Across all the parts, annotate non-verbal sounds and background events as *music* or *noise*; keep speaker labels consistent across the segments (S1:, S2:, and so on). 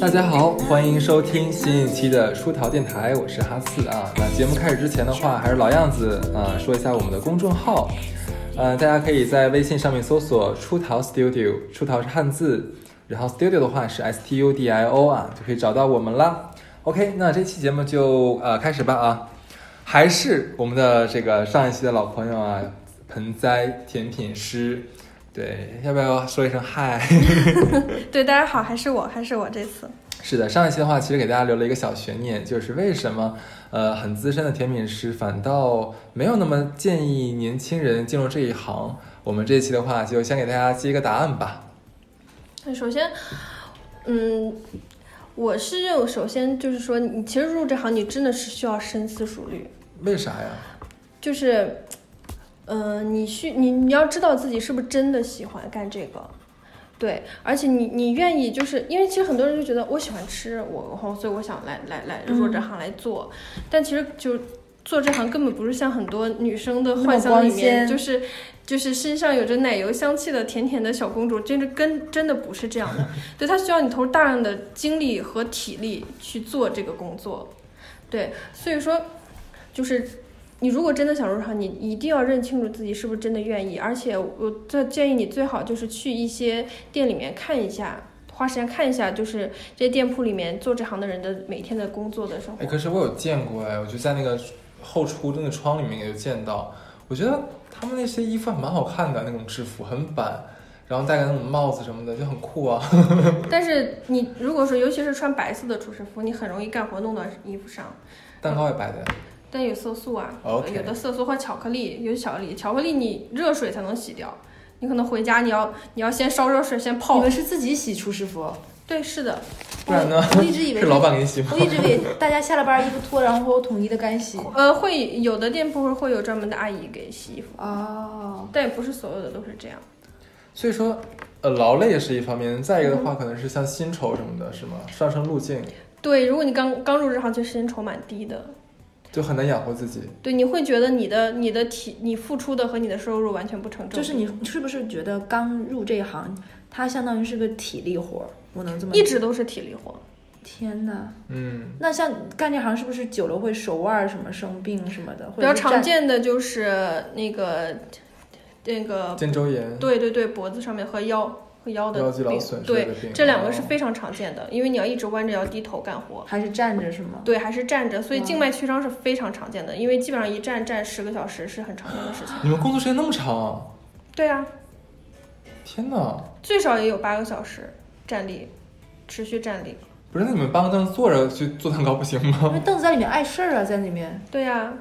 S1: 大家好，欢迎收听新一期的书桃电台，我是哈四啊。那节目开始之前的话，还是老样子啊、呃说一下我们的公众号，呃，大家可以在微信上面搜索“出逃 Studio”，出逃是汉字，然后 Studio 的话是 S T U D I O 啊，就可以找到我们啦。OK，那这期节目就呃开始吧啊，还是我们的这个上一期的老朋友啊，盆栽甜品师，对，要不要说一声嗨？
S2: 对，大家好，还是我，还是我这次。
S1: 是的，上一期的话，其实给大家留了一个小悬念，就是为什么呃很资深的甜品师反倒没有那么建议年轻人进入这一行？我们这一期的话，就先给大家揭一个答案吧。
S2: 那首先，嗯，我是认为，首先就是说，你其实入这行，你真的是需要深思熟虑，
S1: 为啥呀？
S2: 就是，呃，你需你你要知道自己是不是真的喜欢干这个。对，而且你你愿意，就是因为其实很多人就觉得我喜欢吃，我然后所以我想来来来
S3: 嗯
S2: 入这行来做，但其实就做这行根本不是像很多女生的
S3: 那么
S2: 幻想里
S3: 光
S2: 面，
S3: 鲜
S2: 就是就是身上有着奶油香气的甜甜的小公主，真的跟真的不是这样
S3: *laughs*
S2: 的。对，它需要你投入大量的精力和体力去做这个工作。对，所以说就是你如果真的想入场，你一定要认清楚自己是不是真的愿意，而且我这建议你最好就是去一些店里面看一下，花时间看一下，就是这些店铺里面做这行的人的每天的工作的生
S1: 哎，
S2: 活。
S1: 可是我有见过哎，我就在那个后厨那个窗里面有见到，我觉得他们那些衣服还蛮好看的，那种制服很板，然后戴个那种帽子什么的就很酷啊。
S2: 但是你如果说，尤其是穿白色的厨师服，你很容易干活弄到衣服上，
S1: 蛋糕也摆的，
S2: 但有色素啊
S1: OK
S2: 有的色素或巧克力，有巧克力，巧克力你热水才能洗掉，你可能回家你要你要先烧热水，先
S3: 你
S2: 泡。
S3: 们是自己洗厨师服？
S2: 对，是的，
S1: 不然呢？
S3: 我一直以
S1: *laughs*
S3: 为
S1: 是老板给你洗吗？
S3: 我一直以为大家下了班衣服脱，然后统一的干洗。
S2: 呃，会有的店铺会会有专门的阿姨给洗衣服。
S3: 哦，
S2: 但也不是所有的都是这样。
S1: 所以说，呃，劳累也是一方面，再一个的话，可能是像薪酬什么的，是吗？上升路径
S2: 对，如果你刚刚入这行，其实薪酬蛮低的。
S1: 就很难养活自己。
S2: 对，你会觉得你的你的体你付出的和你的收入完全不成正比，
S3: 就是你是不是觉得刚入这一行，它相当于是个体力活儿？我能这么
S2: 一直都是体力活。
S3: 天哪！
S1: 嗯，
S3: 那像干这行是不是久了会手腕儿什么生病什么的？
S2: 比较
S3: 或者
S2: 常
S3: 是站
S2: 见的就是那个那个，
S1: 肩周炎、
S2: 对对对，脖子上面和腰和腰的
S1: 腰肌劳
S2: 病
S1: 损之类
S2: 对，
S1: 的病，
S2: 这两个
S1: 哦
S2: 是非常常见的，因为你要一直弯着腰低头干活。
S3: 还是站着是吗？
S2: 对，还是站着，所以
S3: 哇
S2: 静脉曲张是非常常见的，因为基本上一站站十个小时是很常见的事情。
S1: 你们工作时间那么长，
S2: 对啊，
S1: 天哪！
S2: 最少也有八个小时站立，持续站立。
S1: 不是，那你们搬个凳子坐着去做蛋糕不行吗？
S3: 那凳子在里面碍事儿啊，在里面。
S2: 对呀、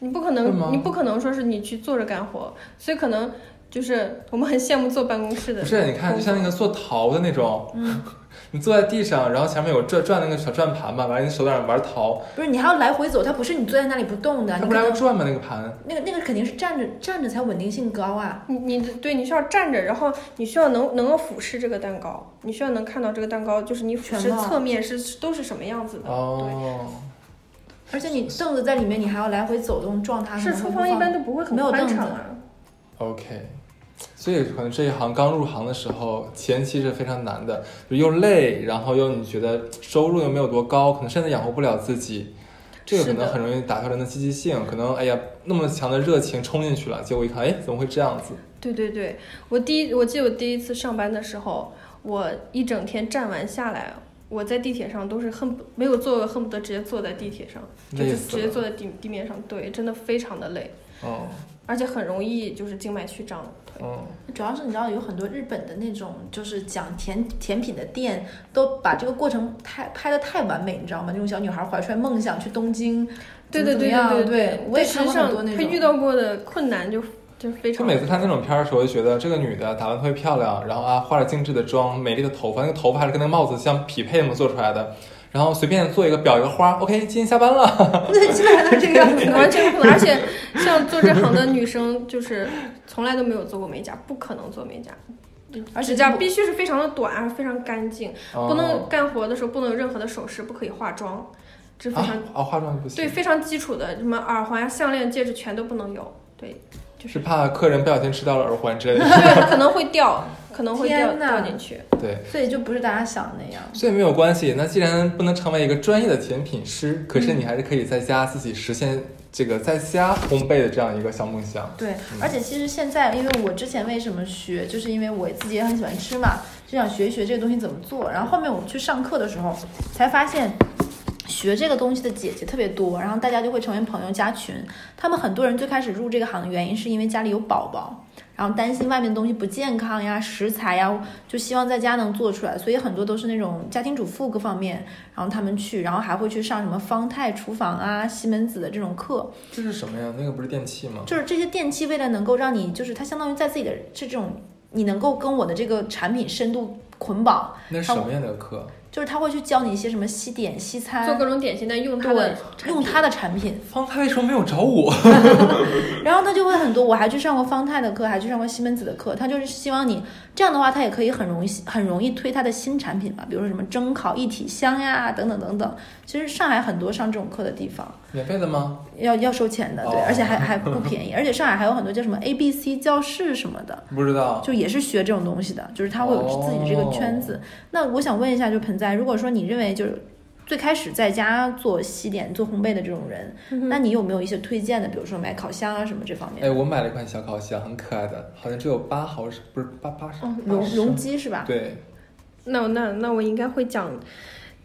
S2: 你不可
S1: 会吗
S2: 能，你不可能说是你去坐着干活，所以可能就是我们很羡慕坐办公室的。
S1: 不是，你看，就像那个做陶的那种，
S2: 嗯
S1: 你坐在地上，然后前面有转转那个小转盘嘛，完了你手在那玩陶，
S3: 不是，你还要来回走，它不是你坐在那里不动的，
S1: 它
S3: 你
S1: 不
S3: 可
S1: 是还会
S3: 能
S1: 转吗？那个盘，
S3: 那个那个肯定是站着站着才稳定性高啊。
S2: 你你对你需要站着，然后你需要能能够俯视这个蛋糕，你需要能看到这个蛋糕，就是你俯视
S3: 全貌
S2: 侧面是都是什么样子的。
S1: 哦，
S3: 而且你凳子在里面，你还要来回走动撞它，
S2: 对，是
S3: 可
S2: 厨
S3: 能会
S2: 房
S3: 不
S2: 一
S3: 方
S2: 般都不会很
S3: 没有
S2: 宽
S3: 凳子
S2: 敞啊。
S1: OK，所以可能这一行刚入行的时候，前期是非常难的，就又累，然后又你觉得收入又没有多高，可能甚至养活不了自己，这个可
S2: 是的
S1: 能很容易打消人的积极性。可能哎呀，那么强的热情冲进去了，结果一看，哎，怎么会这样子？
S2: 对对对，我第一我记得我第一次上班的时候，我一整天站完下来，我在地铁上都是恨不没有坐过，恨不得直接坐在地铁上，就
S1: 累
S2: 是
S1: 死
S2: 直接
S1: 了。
S2: 坐在地地面上，对，真的非常的累，
S1: 嗯
S2: 而且很容易就是静脉曲张。
S1: 嗯，
S3: 主要是你知道有很多日本的那种就是讲甜甜品的店，都把这个过程太拍的太完美，你知道吗？那种小女孩怀揣梦想去东京，
S2: 对对对
S3: 怎么怎么
S2: 对
S3: 样
S2: 对，
S3: 我
S2: 但
S3: 也看
S2: 实际
S3: 过
S2: 上
S3: 很多那
S2: 他遇
S3: 种。
S2: 到过的困难就就非
S1: 就
S2: 常。
S1: 每次看那种片儿的时候，我就觉得这个女的打扮特别漂亮，然后啊化着精致的妆，美丽的头发，那个头发还是跟那个帽子相匹配嘛做出来的，然后随便做一个裱一个花，OK，今天下班了。
S3: 那基本上都是这
S2: *laughs*
S3: 个样子。
S2: 完全不可能，而且像做这行的女生，就是从来都没有做过美甲，不可能做美甲，
S3: 而且
S2: 指甲
S3: 不
S2: 必须是非常的短，而且非常干净。
S1: 哦
S2: 不能干活的时候不能有任何的首饰，不可以化妆，这非常、
S1: 啊啊化妆不行。
S2: 对非常基础的什么耳环、项链、戒指全都不能有，对，
S1: 是怕客人不小心吃到了耳环之类的。
S3: *laughs*
S2: 对， *laughs* 可能会掉，可能会掉
S3: 天哪
S2: 掉进去。
S1: 对，
S3: 所以就不是大家想的那样。
S1: 所以没有关系。那既然不能成为一个专业的甜品师，可
S3: 嗯
S1: 是你还是可以在家自己实现这个在家烘焙的这样一个小梦想。
S3: 对
S1: 嗯，
S3: 而且其实现在，因为我之前为什么学，就是因为我自己也很喜欢吃嘛，就想学一学这个东西怎么做。然后后面我去上课的时候，才发现学这个东西的姐姐特别多，然后大家就会成为朋友加群。他们很多人最开始入这个行的原因，是因为家里有宝宝，然后担心外面的东西不健康呀、食材呀，就希望在家能做出来。所以很多都是那种家庭主妇各方面，然后他们去，然后还会去上什么方太厨房啊、西门子的这种课。
S1: 这是什么呀？那个不是电器吗？
S3: 就是这些电器为了能够让你，就是它相当于在自己的这种，你能够跟我的这个产品深度捆绑，
S1: 那是什
S3: 哦
S1: 么样的课？
S3: 就是它会去教你一些什么西点、西
S2: 做
S3: 餐，
S2: 各种点心，但用它的
S3: 对，
S2: 产
S3: 用
S2: 品
S3: 它的产品，
S1: 方太为什么没有找我？
S3: 然后它就会很多。我还去上过方太的课，还去上过西门子的课，它就是希望你这样的话，它也可以很容易很容易推它的新产品嘛，比如说什么蒸烤一体香呀，等等等等。其实上海很多上这种课的地方。
S1: 免费的吗？
S3: 要要收钱的，对，
S1: 哦
S3: 而且还还不便宜，而且上海还有很多叫什么 A B C 教室什么的，
S1: 不知道。
S3: 就也是学这种东西的，就是他会有
S1: 哦
S3: 自己的这个圈子。那我想问一下，就盆栽，如果说你认为就是最开始在家做西点、做烘焙的这种人，
S2: 嗯
S3: 那你有没有一些推荐的？比如说买烤箱啊什么这方面
S1: 哎，，我买了一款小烤箱，很可爱的，好像只有八毫升，不是八八十
S2: 哦，
S3: 容
S1: 八十
S3: 容积是吧？
S1: 对，
S2: 那那那我应该会讲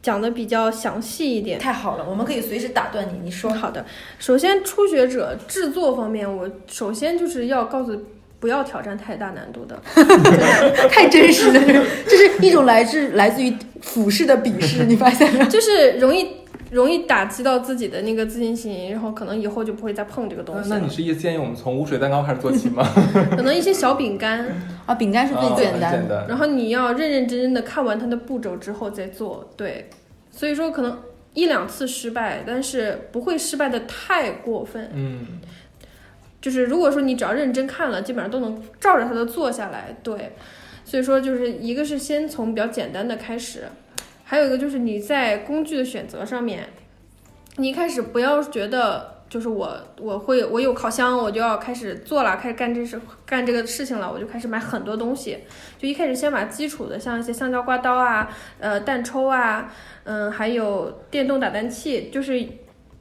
S2: 讲的比较详细一点。
S3: 太好了，我们可以随时打断你，你说。
S2: 好的，首先初学者制作方面，我首先就是要告诉不要挑战太大难度
S1: *laughs*
S2: 的，
S3: 太真实了， *laughs* 这是一种来自来自于俯视的鄙视，你发现没有？
S2: 就是容易容易打击到自己的那个自信心，然后可能以后就不会再碰这个东
S1: 那
S2: 西
S1: 那
S2: 了
S1: 你。是意思建议我们从无水蛋糕开始做起吗？
S2: 可能一些小饼干，
S3: *laughs* 啊，饼 *laughs* 干是最
S1: 啊
S3: 简
S1: 很
S3: 单
S1: 简
S3: 的。
S1: 单。
S2: 然后你要认认真真的看完它的步骤之后再做。对，所以说可能一两次失败，但是不会失败的太过分。
S1: 嗯，
S2: 就是如果说你只要认真看了，基本上都能照着它的做下来。对，所以说就是一个是先从比较简单的开始，还有一个就是你在工具的选择上面，你一开始不要觉得。就是我，我会我有烤箱，我就要开始做了，开始干这事干这个事情了，我就开始买很多东西。就一开始先把基础的，像一些橡胶刮刀啊，呃，弹抽啊，嗯，还有电动打蛋器，就是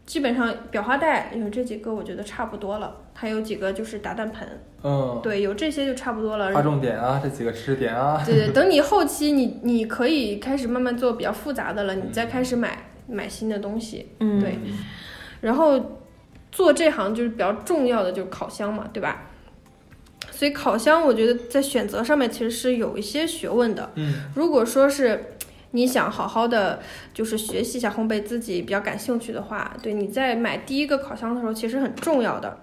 S2: 基本上裱花带有这几个，我觉得差不多了。还有几个就是打蛋盆，
S1: 嗯，
S2: 对，有这些就差不多了。
S1: 划重点啊，这几个知识点啊，
S2: 对对，等你后期你你可以开始慢慢做比较复杂的了，你再开始买买新的东西。
S3: 嗯，
S2: 对然后做这行就是比较重要的就是烤箱嘛，对吧？所以烤箱我觉得在选择上面其实是有一些学问的。
S1: 嗯，
S2: 如果说是你想好好的就是学习一下烘焙，自己比较感兴趣的话，对你在买第一个烤箱的时候其实很重要的。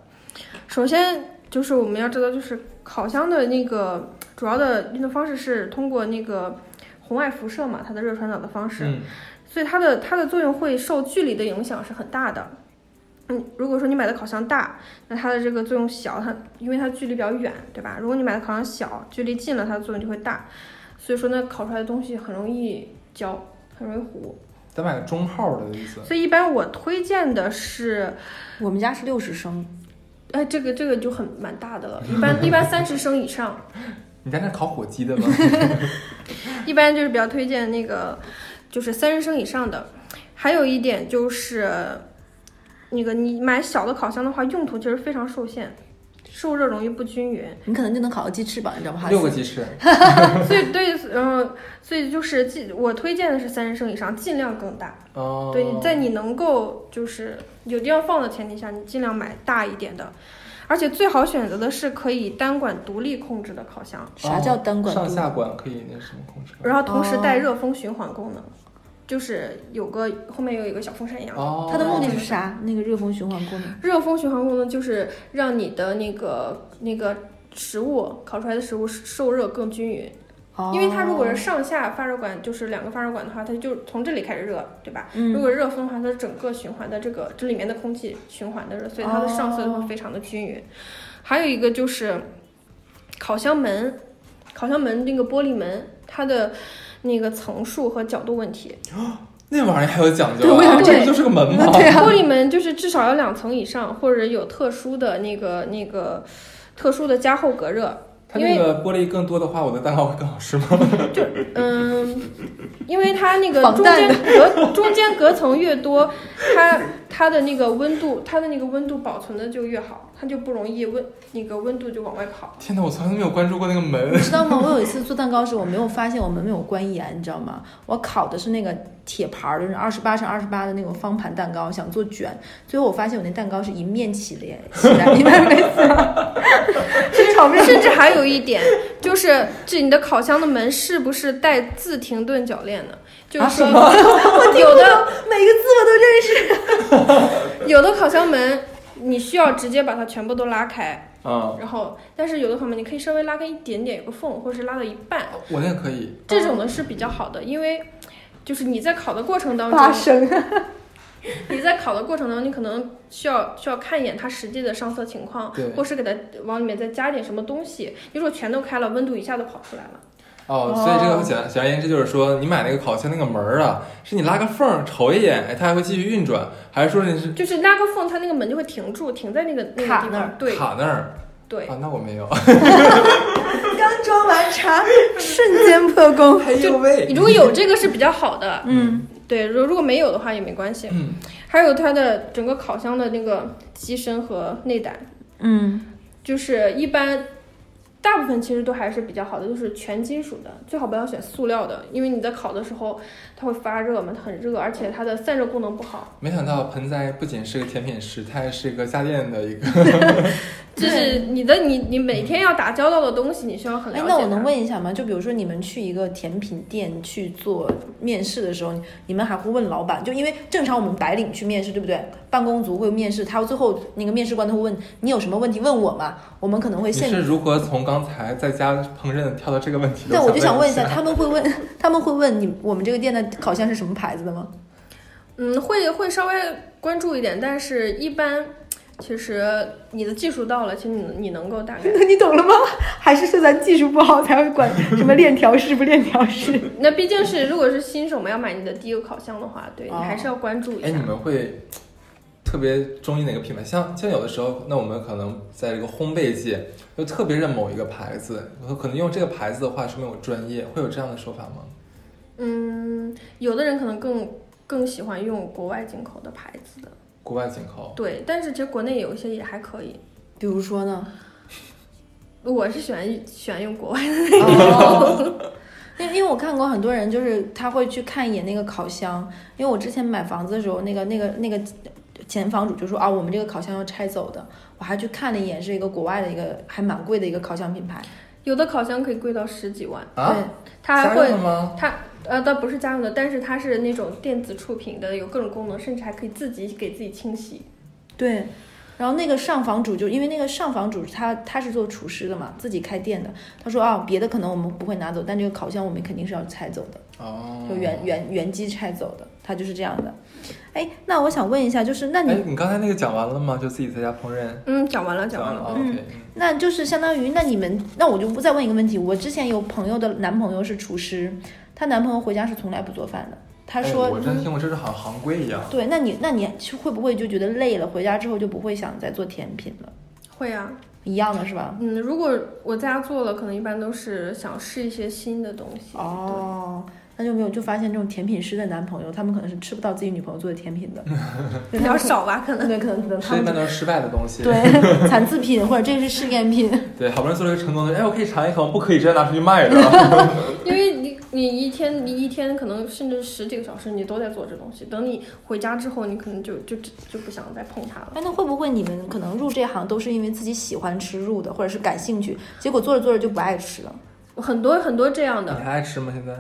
S2: 首先就是我们要知道，就是烤箱的那个主要的运动方式是通过那个红外辐射嘛，它的热传导的方式。
S1: 嗯，
S2: 所以它的它的作用会受距离的影响是很大的。嗯，如果说你买的烤箱大，那它的这个作用小，它因为它距离比较远，对吧？如果你买的烤箱小，距离近了，它的作用就会大，所以说呢，烤出来的东西很容易焦，很容易糊。
S1: 咱买个中号的意思。
S2: 所以一般我推荐的是，
S3: 我们家是六十升，
S2: 哎，这个这个就很蛮大的了，一般一般三十升以上，
S1: 你在那烤火鸡
S3: *laughs*
S1: 的吗？
S2: 一般就是比较推荐那个就是三十升以上的。还有一点就是，那个你买小的烤箱的话，用途其实非常受限，受热容易不均匀。
S3: 你可能就能烤个鸡翅膀，你知道吗？
S1: 六个鸡翅，
S2: 所以对，嗯、所以就是尽我推荐的是三十升以上，尽量更大。
S1: 哦，
S2: 对，你在你能够就是有地方放的前提下，你尽量买大一点的，而且最好选择的是可以单管独立控制的烤箱。
S3: 啥叫单管
S1: 上
S3: 独
S1: 下管可以那什么控制吗？
S2: 然后同时
S3: 哦
S2: 带热风循环功能，就是有个后面有一个小风扇一样。
S1: 哦，
S3: 它的目的是啥？那个热风循环功能。
S2: 热风循环功能就是让你的那个那个食物烤出来的食物受热更均匀，
S3: 哦
S2: 因为它如果是上下发热管，就是两个发热管的话，它就从这里开始热，对吧？
S3: 嗯
S2: 如果热风的话，它整个循环的这个这里面的空气循环的热，所以它的上色就会非常的均匀。还有一个就是烤箱门，烤箱门那个玻璃门，它的那个层数和角度问题，
S1: 那玩意儿还有讲究啊，
S3: 对我想
S1: 这
S3: 这
S1: 不就是个
S3: *laughs*
S1: 门吗？
S3: 对啊，
S2: 玻璃门就是至少要两层以上，或者有特殊的那个那个特殊的加厚隔
S3: *laughs*
S2: 热，
S1: 它
S2: 因为
S1: 那个玻璃更多的话，我的蛋糕会更好吃吗？ *laughs*
S2: 嗯，因为它那个
S3: 防
S2: 中间隔中间隔层越多，它它的那个温度，它的那个温度保存的就越好，它就不容易温那个温度就往外跑。
S1: 天哪，我从来都没有关注过那个门
S3: 你。知道吗？我有一次做蛋糕时，我没有发现我们没有关严，你知道吗？我烤的是那个铁盘儿，就是二十八乘二十八的那种方盘蛋糕，想做卷，最后我发现我那蛋糕是一面起连起来，一面类似， *laughs* 这炒面
S2: 甚至还有一点就是，这你的烤箱的门是不是带自停顿铰链的？就是说，
S3: 啊
S2: *laughs* 有的
S3: 每个字我都认识。
S2: 有的烤箱门你需要直接把它全部都拉开，
S1: 嗯，
S2: 然后但是有的烤箱门你可以稍微拉开一点点，有个缝，或是拉到一半，
S1: 我那个可以。
S2: 这种呢是比较好的，因为就是你在烤的过程当
S3: 花
S2: 中，
S3: 生，
S2: 你在烤的过程当中，你可能需要需要看一眼它实际的上色情况
S1: 对，
S2: 或是给它往里面再加点什么东西。你如果全都开了，温度一下就跑出来了。
S1: 哦，
S3: 哦
S1: 所以这个简简而言之就是说，你买那个烤箱那个门儿啊，是你拉个缝儿瞅一眼，哎，它还会继续运转，还是说你是
S2: 就是拉个缝，它那个门就会停住，停在那个那个
S3: 卡
S2: 地
S3: 那
S2: 方。对
S1: 卡那儿？
S2: 对，
S1: 啊，那我没有。
S3: 刚装完茶，瞬间破 *laughs* 功。
S1: 哎呦喂！
S2: 如果有这个是比较好的，
S3: 嗯，
S2: 对，如如果没有的话也没关系。
S1: 嗯，
S2: 还有它的整个烤箱的那个机身和内胆，
S3: 嗯，
S2: 就是一般大部分其实都还是比较好的，就是全金属的，最好不要选塑料的，因为你在烤的时候它会发热嘛，它很热，而且它的散热功能不好。
S1: 没想到盆栽不仅是个甜品师，它还是一个家电的一个。
S2: 就
S3: 对
S2: 是你的你你每天要打交道的东西，你需要很了
S3: 哎
S2: 解，它。
S3: 那我能问一下吗？就比如说你们去一个甜品店去做面试的时候，你你们还会问老板？就因为正常我们白领去面试，对不对？办公族会面试，他最后那个面试官都会问你有什么问题问我吗？我们可能会
S1: 你
S3: 现
S1: 是如何从刚才在家烹饪跳到这个问题？
S3: 对，我就想问一下，
S1: 下，
S3: 他们会问他们会问你我们这个店的烤箱是什么牌子的吗？ *laughs*
S2: 嗯，会会稍微关注一点，但是一般其实你的技术到了，其实你你能够大概。
S3: *laughs* 你懂了吗？还是说咱技术不好才会管什么链条式不链条式？
S2: 那毕竟是如果是新手嘛，要买你的第一个烤箱的话，对你
S3: 哦
S2: 还是要关注一
S1: 哎，
S2: 下
S1: 你。们会特别中意哪个品牌？像像有的时候，那我们可能在这个烘焙界就特别认某一个牌子，可能用这个牌子的话，说明我专业，会有这样的说法吗？
S2: 嗯，有的人可能更更喜欢用国外进口的牌子的，
S1: 国外进口，
S2: 对，但是其实国内有一些也还可以。
S3: 比如说呢？
S2: 我是喜欢喜欢用国外的，
S3: 哦， *laughs* 因为因为我看过很多人，就是他会去看一眼那个烤箱。因为我之前买房子的时候，那个那个那个前房主就说啊，我们这个烤箱要拆走的。我还去看了一眼，是一个国外的一个还蛮贵的一个烤箱品牌。
S2: 有的烤箱可以贵到十几万，
S1: 啊，
S3: 对，
S2: 它还
S1: 家
S2: 会
S1: 用的吗？
S2: 它呃，倒不是家用的，但是它是那种电子触屏的，有各种功能，甚至还可以自己给自己清洗。
S3: 对。然后那个上房主就因为那个上房主他他是做厨师的嘛，自己开店的。他说啊，别的可能我们不会拿走，但这个烤箱我们肯定是要拆走的。
S1: 哦，
S3: 就原。原原机拆走的，它就是这样的。哎，那我想问一下，就是那
S1: 哎
S3: 你，
S1: 你刚才那个讲完了吗？就自己在家烹饪。
S2: 嗯，讲完了，讲完了。
S1: 哦
S3: 嗯
S1: OK，
S3: 那就是相当于那你们，那我就不再问一个问题。我之前有朋友的男朋友是厨师，她男朋友回家是从来不做饭的。她说，嗯
S1: 哎我真听过，这是好像行规一样。
S3: 对，那你那你会不会就觉得累了，回家之后就不会想再做甜品了？
S2: 会啊，
S3: 一样的是吧？
S2: 嗯，如果我在家做了，可能一般都是想试一些新的东西。
S3: 哦。那就没有，就发现这种甜品师的男朋友，他们可能是吃不到自己女朋友做的甜品的，
S1: 嗯
S2: 比
S3: 对他
S2: 较
S3: 们可
S2: 少吧，可
S3: *laughs*
S2: 能。
S3: 对，可能可能他
S1: 吃一般
S3: 们
S1: 都是失败的东西。 *laughs*
S3: 对 *laughs* 残次品或者这个是试验品，
S1: 对，好不容易做了一个成功的，哎，我可以尝一口，不可以直接拿出去卖的。
S2: 因为你你一天你一天可能甚至十几个小时你都在做这东西，等你回家之后，你可能就就就就不想再碰它了。
S3: 哎，那会不会你们可能入这行都是因为自己喜欢吃入的，或者是感兴趣，结果做着做着就不爱吃了？
S2: 很多很多这样
S1: 你
S2: 的，
S1: 还爱吃吗？现在？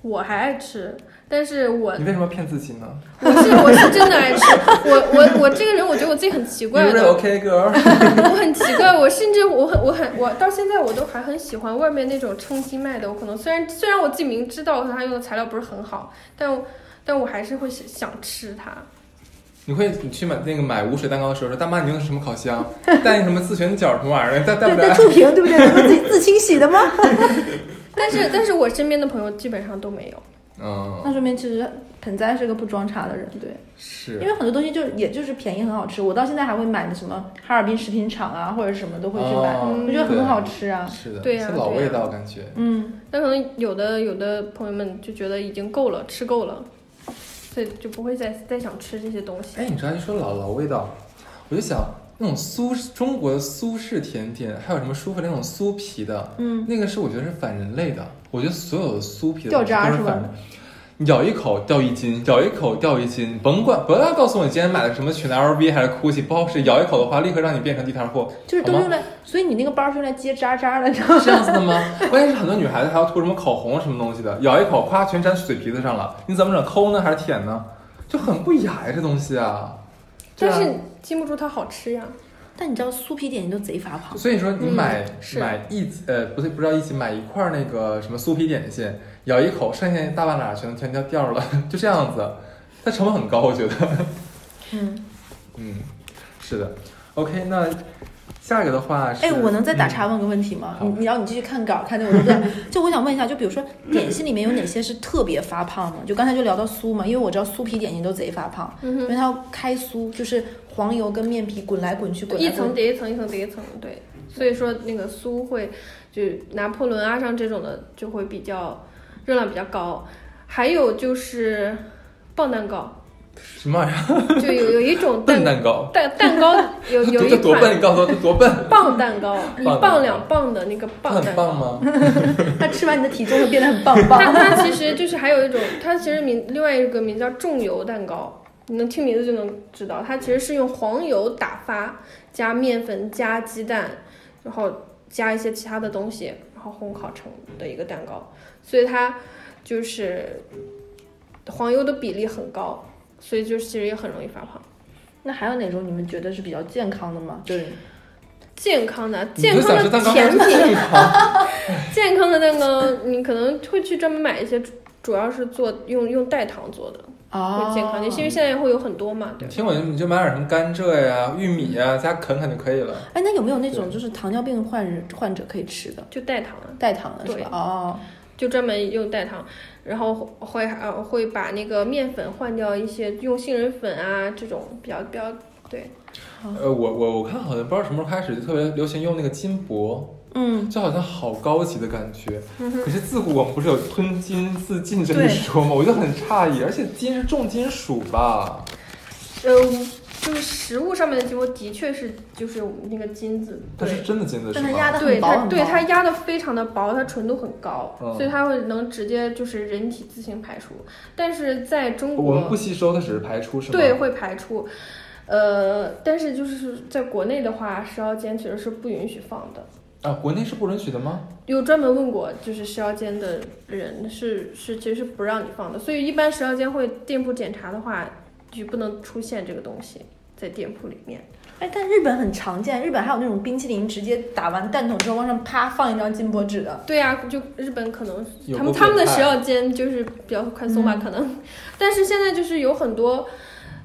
S2: 我还爱吃，但是我
S1: 你为什么骗自己呢
S2: 我是我是真的爱吃，我我我这个人我觉得我自己很奇怪
S1: ？You're
S2: 的，
S1: OK girl。 *laughs*
S2: 我很奇怪，我甚至我很我很我到现在我都还很喜欢外面那种称斤卖的，我可能虽然虽然我自己明知道它用的材料不是很好，但我但我还是会想想吃它。
S1: 你会你去买那个买无水蛋糕的时候说大妈你用的是什么烤箱？带那个什么自旋角什么玩意儿的？带带
S3: 对
S1: 不
S3: 对，
S1: 带？
S3: 触屏对不对？不是自己自清洗的吗？
S2: 但是但是我身边的朋友基本上都没有，
S1: *laughs* 嗯，
S3: 那说明其实盆栽是个不装叉的人，对，
S1: 是
S3: 因为很多东西就是也就是便宜很好吃，我到现在还会买什么哈尔滨食品厂啊或者什么都会去买，
S1: 哦
S3: 我觉得
S1: 对
S3: 很好吃啊，
S1: 是的，
S2: 对呀
S1: 是老
S2: 对呀
S1: 味道感觉。
S3: 嗯，
S2: 但可能有的有的朋友们就觉得已经够了，吃够了，所以就不会再再想吃这些东西。
S1: 哎，你知道一说老老味道，我就想那种苏中国的苏式甜点，还有什么舒芙蕾那种酥皮的，
S3: 嗯，
S1: 那个是我觉得是反人类的。我觉得所有的酥皮的东西
S3: 掉渣
S1: 都
S3: 是
S1: 是
S3: 吧
S1: 反人。你咬一口掉一斤，咬一口掉一斤，甭管不要告诉我你今天买的什么裙子 LV 还是 GUCCI，不好使，咬一口的话立刻让你变成地摊货，
S3: 就是都
S1: 好吗
S3: 用来，所以你那个包是用来接渣渣的，你知道吗？
S1: 这样子的吗？关键是很多女孩子还要涂什么口红什么东西的，咬一口，夸全粘嘴皮子上了，你怎么整？抠呢还是舔呢？就很不雅呀，这东西啊。对
S2: 但
S1: 啊
S2: 是禁不住它好吃呀，
S3: 但你知道酥皮点心都贼发胖，
S1: 所以说你买、
S2: 啊嗯是
S1: 买一呃不对不知道一起买一块儿那个什么酥皮点心，咬一口，剩下大半拉全全掉掉了， *laughs* 就这样子，它成本很高，我觉得。
S2: *laughs*
S3: 嗯，
S1: 嗯，是的。OK，那下一个的话是，嗯
S3: 哎，我能再打岔问个问题吗？
S1: 好
S3: 你你让你继续看稿，看那我都在。 *laughs* 就我想问一下，就比如说点心里面有哪些是特别发胖的？就刚才就聊到酥嘛，因为我知道酥皮点心都贼发胖，
S2: 嗯哼
S3: 因为它要开酥，就是黄油跟面皮滚来滚去，滚来
S2: 一
S3: 滚
S2: 层
S3: 去。
S2: 叠一层，一层叠一层，对。所以说那个酥会，就拿破仑啊上这种的就会比较热量比较高，还有就是棒蛋糕，
S1: 什么玩意儿？
S2: 就有有一种蛋
S1: *laughs* 笨蛋糕，
S2: 蛋蛋糕
S1: *laughs*
S2: 有有
S1: 这
S2: 一
S1: 这多笨！
S2: 款
S1: 你告诉我这多笨，
S2: 棒蛋糕，
S1: *laughs*
S2: 一
S1: 棒蛋糕
S2: 磅两磅的那个
S1: 它
S2: *laughs* 棒
S1: 很
S2: 蛋
S1: 棒
S2: 糕。
S1: 吗？
S3: 它吃完你的体重会变得很棒 *laughs*
S2: 它
S3: 棒。
S2: 它其实就是还有一种，它其实名另外一个名叫重油蛋糕，你能听名字就能知道，它其实是用黄油打发，加面粉加鸡蛋，然后加一些其他的东西，然后烘烤成的一个蛋糕，所以它就是黄油的比例很高，所以就是其实也很容易发胖。
S3: 那还有哪种你们觉得是比较健康的吗？就是
S2: 健康的
S1: 你
S2: 健
S1: 就
S2: 康
S1: 想吃
S2: 的
S1: 蛋糕
S2: 甜
S1: 还是
S2: 品，
S1: 健康？
S2: 健康的蛋糕，你可能会去专门买一些，主主要是做用用代糖做的，
S3: 哦
S2: 会健康一些，因为现在会有很多嘛，对
S1: 你。听我的，你就买点什么甘蔗呀、玉米呀，加啃啃就可以了。
S3: 哎，那有没有那种就是糖尿病患人患者可以吃的
S2: 就代糖啊，
S3: 代糖的是
S2: 对
S3: 吧？哦，
S2: 就专门用代糖，然后会呃会把那个面粉换掉一些，用杏仁粉啊这种比较比较对，
S1: 呃，我我我看好像不知道什么时候开始就特别流行用那个金箔，
S3: 嗯，
S1: 就好像好高级的感觉。
S2: 嗯哼
S1: 可是自古我们不是有吞金自尽这一说吗？我就很诧异，而且金是重金属吧？
S2: 呃就是食物上面的结果的确是就是那个金子，
S1: 它是
S2: 对。
S1: 真的金子是
S3: 但它
S1: 吗？
S3: 压的
S2: 对
S3: 很薄
S2: 它，
S3: 很薄。
S2: 对它压的非常的薄，它纯度很高，
S1: 嗯
S2: 所以它会能直接就是人体自行排出。但是在中国，
S1: 我们不吸收，它只是排出是吗？
S2: 对，，会排出。呃，但是就是在国内的话，食药监其实是不允许放的。
S1: 啊，国内是不允许的吗？
S2: 有专门问过，就是食药监的人是是其实是不让你放的，所以一般食药监会店铺检查的话，就不能出现这个东西在店铺里面。
S3: 哎，但日本很常见，日本还有那种冰淇淋，直接打完蛋筒之后往上啪放一张金箔纸的。
S2: 对呀、就日本可能
S1: 有
S2: 他们
S1: 过嗯
S2: 他们的
S1: 变
S2: 食
S1: 态
S2: 药监就是比较宽松吧，可能，但是现在就是有很多，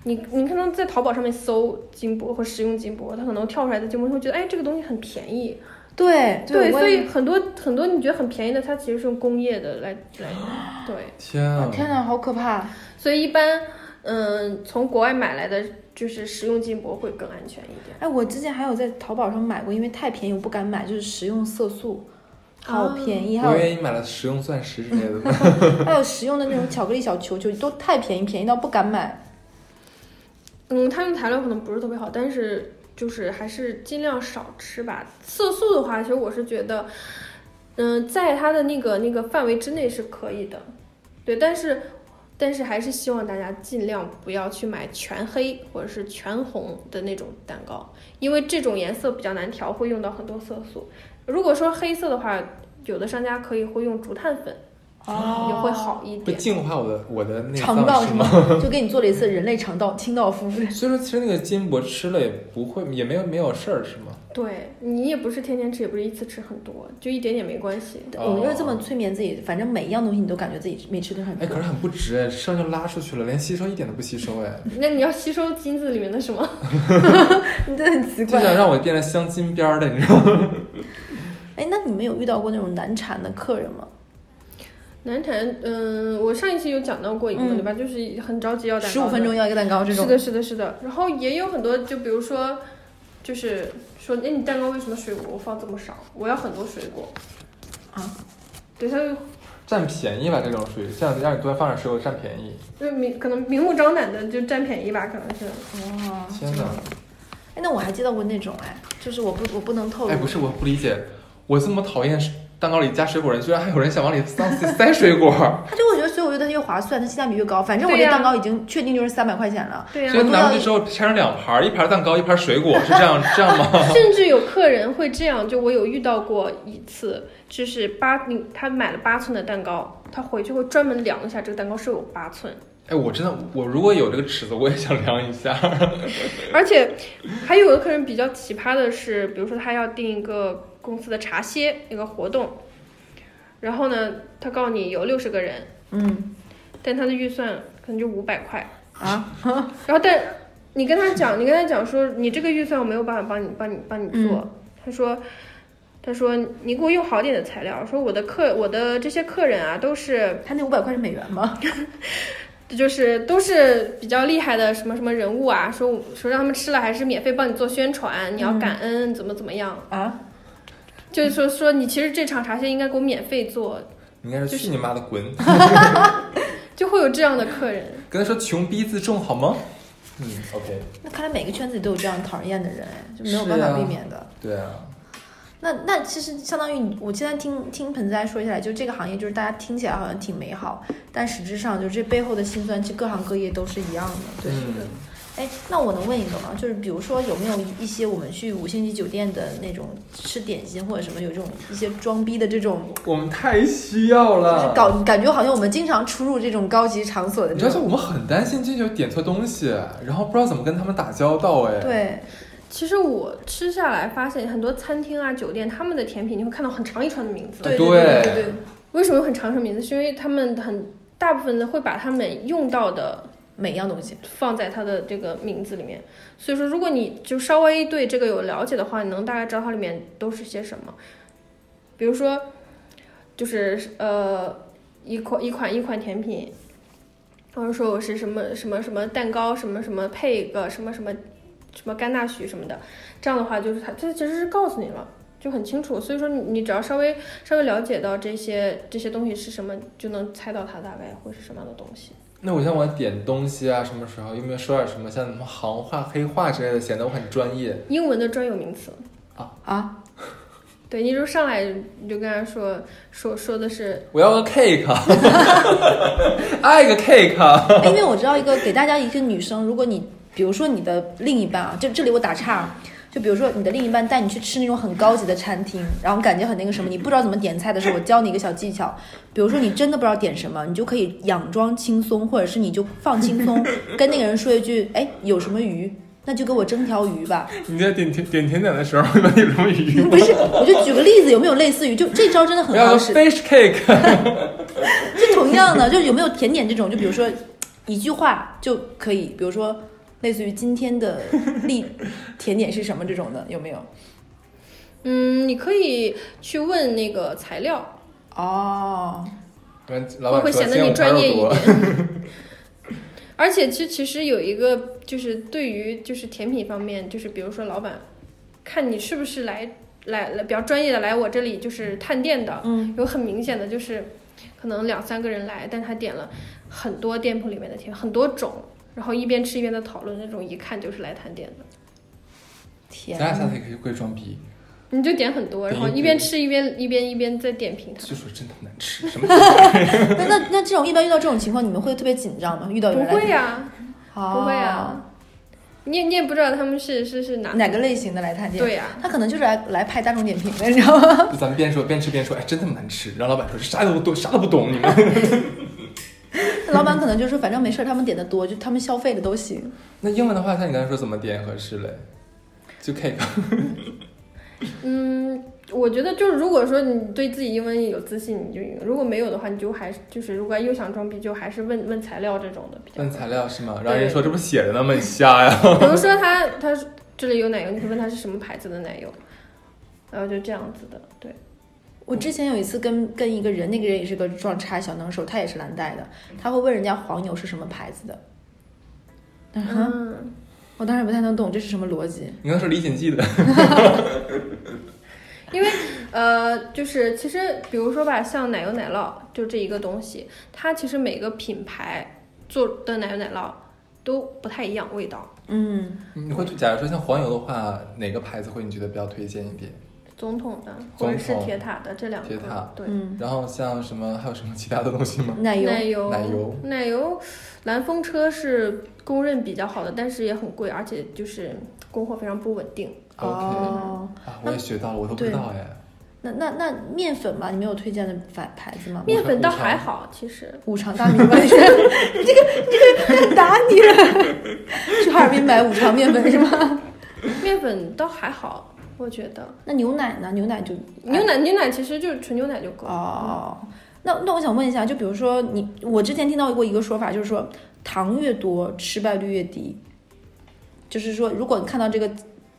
S2: 你你可能在淘宝上面搜金箔或食用金箔，它可能跳出来的金箔，你会觉得哎这个东西很便宜，
S3: 对
S2: 对，
S3: 我
S2: 所
S3: 也
S2: 以很多很多你觉得很便宜的，它其实是用工业的来来，对，
S1: 天啊！
S3: 天哪，好可怕！
S2: 所以一般嗯、从国外买来的就是食用金箔会更安全一点，
S3: 哎，我之前还有在淘宝上买过，因为太便宜我不敢买，就是食用色素，好
S2: 啊
S3: 便宜，还
S1: 我以
S3: 有
S1: 为你买了食用钻石之类的呢。
S3: 还有食用的那种巧克力小球球，都太便宜，便宜到不敢买。
S2: 嗯，它用材料可能不是特别好，但是就是还是尽量少吃吧。色素的话，其实我是觉得，嗯、在它的那个那个范围之内是可以的，对，但是。但是还是希望大家尽量不要去买全黑或者是全红的那种蛋糕，因为这种颜色比较难调，会用到很多色素。如果说黑色的话，有的商家可以会用竹炭粉，也会好一
S1: 会
S3: 哦
S2: 点。
S1: 净化我的我的内
S3: 肠道
S1: 脏
S3: 是
S1: 吗？
S3: 吗？就给你做了一次人类肠道清道
S1: *laughs*
S3: 夫。
S1: 所以说，其实那个金箔吃了也不会，也没有没有事儿是吗？
S2: 对你也不是天天吃，也不是一次吃很多，就一点点没关系。
S1: 哦
S3: 我们就是这么催眠自己，反正每一样东西你都感觉自己没吃对很
S1: 哎，可
S3: 多。
S1: 是很不值哎，吃上就拉出去了，连吸收一点都不吸收哎。
S3: 嗯
S2: 那你要吸收金子里面的什么？ *laughs*
S3: 你真的很奇
S1: 就想
S3: 怪。
S1: 让我变成镶金边儿的，你知道吗？
S3: 哎，那你们有遇到过那种难产的客人吗？
S2: 难产，嗯，我上一期有讲到过一部分
S3: 嗯
S2: 对吧？就是很着急要蛋糕，
S3: 十五分钟要一个蛋糕这种。
S2: 是的，是的，是的。然后也有很多，就比如说，就是说，哎，你蛋糕为什么水果放这么少？我要很多水果。
S3: 啊？
S2: 对，他就
S1: 占便宜吧，这种属于这样让你多放点水果占便宜。
S2: 就明可能明目张胆的就占便宜吧，可能是。哦
S3: 哇，
S1: 天哪！
S3: 哎，那我还接到过那种哎，就是我不我不能透露。
S1: 哎，不是，我不理解，我这么讨厌蛋糕里加水果的人，居然还有人想往里塞塞水果，
S3: 他就会觉得所以我觉得它越划算，它性价比越高。反正我
S2: 对
S3: 这
S2: 呀
S3: 蛋糕已经确定就是三百块钱了。
S2: 对啊呀、
S1: 所以拿回去之后拆成两盘儿，一盘蛋糕，一盘水果，是这样这样吗？ *laughs*
S2: *laughs* 甚至有客人会这样，就我有遇到过一次，就是八，你他买了八寸的蛋糕，他回去会专门量一下这个蛋糕是有八寸，
S1: 哎，我真的，我如果有这个尺子，我也想量一下。
S2: 而且还有的客人比较奇葩的是，比如说他要订一个公司的茶歇一个活动，然后呢，他告诉你有六十个人，
S3: 嗯
S2: 但他的预算可能就五百块，
S3: 啊，
S2: 然后但你跟他讲，你跟他讲说你这个预算我没有办法帮你帮你帮你做，他说。他说：“你给我用好点的材料。说我的客，我的这些客人啊，都是
S3: 他那五百块是美元吗？
S2: 就是都是比较厉害的什么什么人物啊。说说让他们吃了还是免费帮你做宣传，你要感恩，怎么怎么样。
S3: 啊，
S2: 就是说说你其实这场茶歇应该给我免费做，
S1: 你应该是去你妈的滚！
S2: 就会有这样的客人。
S1: 跟他说穷逼自重好吗？嗯，OK，
S3: 那看来每个圈子里都有这样讨人厌的人，哎，就没有办
S1: 是
S3: 法
S1: 啊
S3: 避免的。
S1: 对啊，
S3: 那那其实相当于你，我现在听听盆栽说起来，就这个行业，就是大家听起来好像挺美好，但实质上就这背后的辛酸，其实各行各业都是一样的。对，
S1: 嗯，
S3: 哎，那我能问一个吗？就是比如说有没有一些我们去五星级酒店的那种吃点心或者什么，有这种一些装逼的这种，
S1: 我们太需要
S3: 就是
S1: 了。
S3: 搞感觉好像我们经常出入这种高级场所的
S1: 你
S3: 这
S1: 知道，就
S3: 种。
S1: 我们很担心这就点错东西，然后不知道怎么跟他们打交道。哎，，
S3: 对，
S2: 其实我吃下来发现，很多餐厅啊、酒店他们的甜品，你会看到很长一串的名字。
S3: 对
S1: 对
S3: 对对对，
S2: 为什么有很长一串名字？是因为他们很大部分的会把他们用到的
S3: 每一样东西。
S2: 放在它的这个名字里面。所以说，如果你就稍微对这个有了解的话，你能大概知道它里面都是些什么。比如说，就是呃，一款一款一款甜品，或者说我是什么什么什么蛋糕，什么什么配一个什么什么什么甘纳许什么的，这样的话就是它它其实是告诉你了。就很清楚，所以说你你只要稍微稍微了解到这些这些东西是什么，就能猜到它大概会是什么样的东西。
S1: 那我像我点东西啊，什么时候有没有说点什么像什么行话、黑话之类的，显得我很专业？
S2: 英文的专有名词，
S3: 啊，
S2: 对，你就上来你就跟他说说说的是，
S1: 我要个 cake，爱个 cake。 *laughs*
S3: 哎因为我知道一个，给大家一个女生，如果你比如说你的另一半啊，这这里我打岔啊，就比如说你的另一半带你去吃那种很高级的餐厅，然后感觉很那个什么，你不知道怎么点菜的时候，我教你一个小技巧，比如说你真的不知道点什么，你就可以佯装轻松，或者是你就放轻松，跟那个人说一句，哎，有什么鱼？那就给我蒸条鱼吧， *laughs*
S1: 你在点甜点甜点的时候，你有什么
S2: 嗯
S1: 鱼
S3: 不是，我就举个例子，有没有类似于就这招真的
S1: 我
S3: 很
S1: 要
S3: 好
S1: 个
S3: 使？
S1: fish cake。 *laughs*
S3: 就同样的，就有没有甜点这种，就比如说一句话就可以，比如说类似于今天的例甜点是什么这种的，有没有？
S2: 嗯，你可以去问那个材料，
S3: 哦，
S1: 老
S2: 会
S1: 板
S2: 会
S1: 说
S2: 显得
S1: 今天我
S2: 你专
S1: 们
S2: 业
S1: 肉
S2: 一
S1: 多
S2: 点。
S1: *laughs*
S2: 而且其其实有一个就是对于就是甜品方面，就是比如说老板看你是不是来来来比较专业的来我这里就是探店的，
S3: 嗯，
S2: 有很明显的就是可能两三个人来，但他点了很多店铺里面的甜，很多种，然后一边吃一边在讨论，那种一看就是来探店的。
S3: 甜
S1: 咱俩下次也可以跪装逼，
S2: 你就点很多，然后
S1: 对
S2: 一边吃一边一边一边在点评它。
S1: 就说真的难吃，
S2: *laughs*
S1: 什么都不好
S3: 那那那这种一般遇到这种情况，你们会特别紧张吗？遇到
S2: 不
S3: 有人来
S2: 会呀、
S3: 哦
S2: 不会啊，你也你也不知道他们是是是哪
S3: 哪个类型的来探店？，
S2: 对呀、
S3: 他可能就是来来拍大众点评的，你知道吗？ *laughs*
S1: 就咱们边说边吃边说，哎，真他妈难吃。然后老板说这啥都不懂，啥都不懂，你们。 *laughs*
S3: 老板可能就说反正没事儿，他们点的多，就他们消费的都行。
S1: 那英文的话，像你刚才说怎么点合适嘞？就 cake， *laughs*
S2: 嗯，我觉得就是如果说你对自己英文有自信，你就赢；如果没有的话，你就还是就是如果又想装逼，就还是问问材料这种的比较
S1: 问。材料是吗？
S2: 对
S1: 然后人家说这不写着呢吗？你瞎呀？ *laughs*
S2: 比如说他他这里有奶油，你可以问他是什么牌子的奶油，然后就这样子的，对。
S3: 我之前有一次跟跟一个人，那个人也是个撞差小能手，他也是蓝带的，他会问人家黄牛是什么牌子的。嗯哼，
S2: 嗯，
S3: 我当时不太能懂这是什么逻辑。
S1: 你刚说李锦记的，
S2: 因为呃，就是其实比如说吧，像奶油奶酪就这一个东西，它其实每个品牌做的奶油奶酪都不太一样味道。
S3: 嗯，
S1: 你会假如说像黄油的话，哪个牌子会你觉得比较推荐一点？
S2: 总统的或者是
S1: 总统
S2: 铁塔的这两个，
S1: 铁塔
S2: 对，
S3: 嗯，
S1: 然后像什么还有什么其他的东西吗？
S3: 奶油，
S2: 奶油，
S1: 奶油，
S2: 奶油，蓝风车是公认比较好的，但是也很贵，而且就是供货非常不稳定。
S1: OK
S3: 哦，
S1: 啊，我也学到了，我都不知道哎。
S3: 那那那面粉嘛，你们有推荐的牌牌子吗？
S2: 面粉倒还好，其
S1: *laughs*
S2: 实
S3: 五常大米粉， *laughs* 你这个你这个打你了， *laughs* 去哈尔滨买五常面粉是吗？ *laughs*
S2: 面粉倒还好，我觉得
S1: 哎
S3: 那牛奶呢？牛奶就
S2: 牛奶牛奶其实就是纯牛奶就够了。
S3: 哦。那那我想问一下，就比如说你，我之前听到过一个说法，就是说糖越多，失败率越低。就是说，如果你看到这个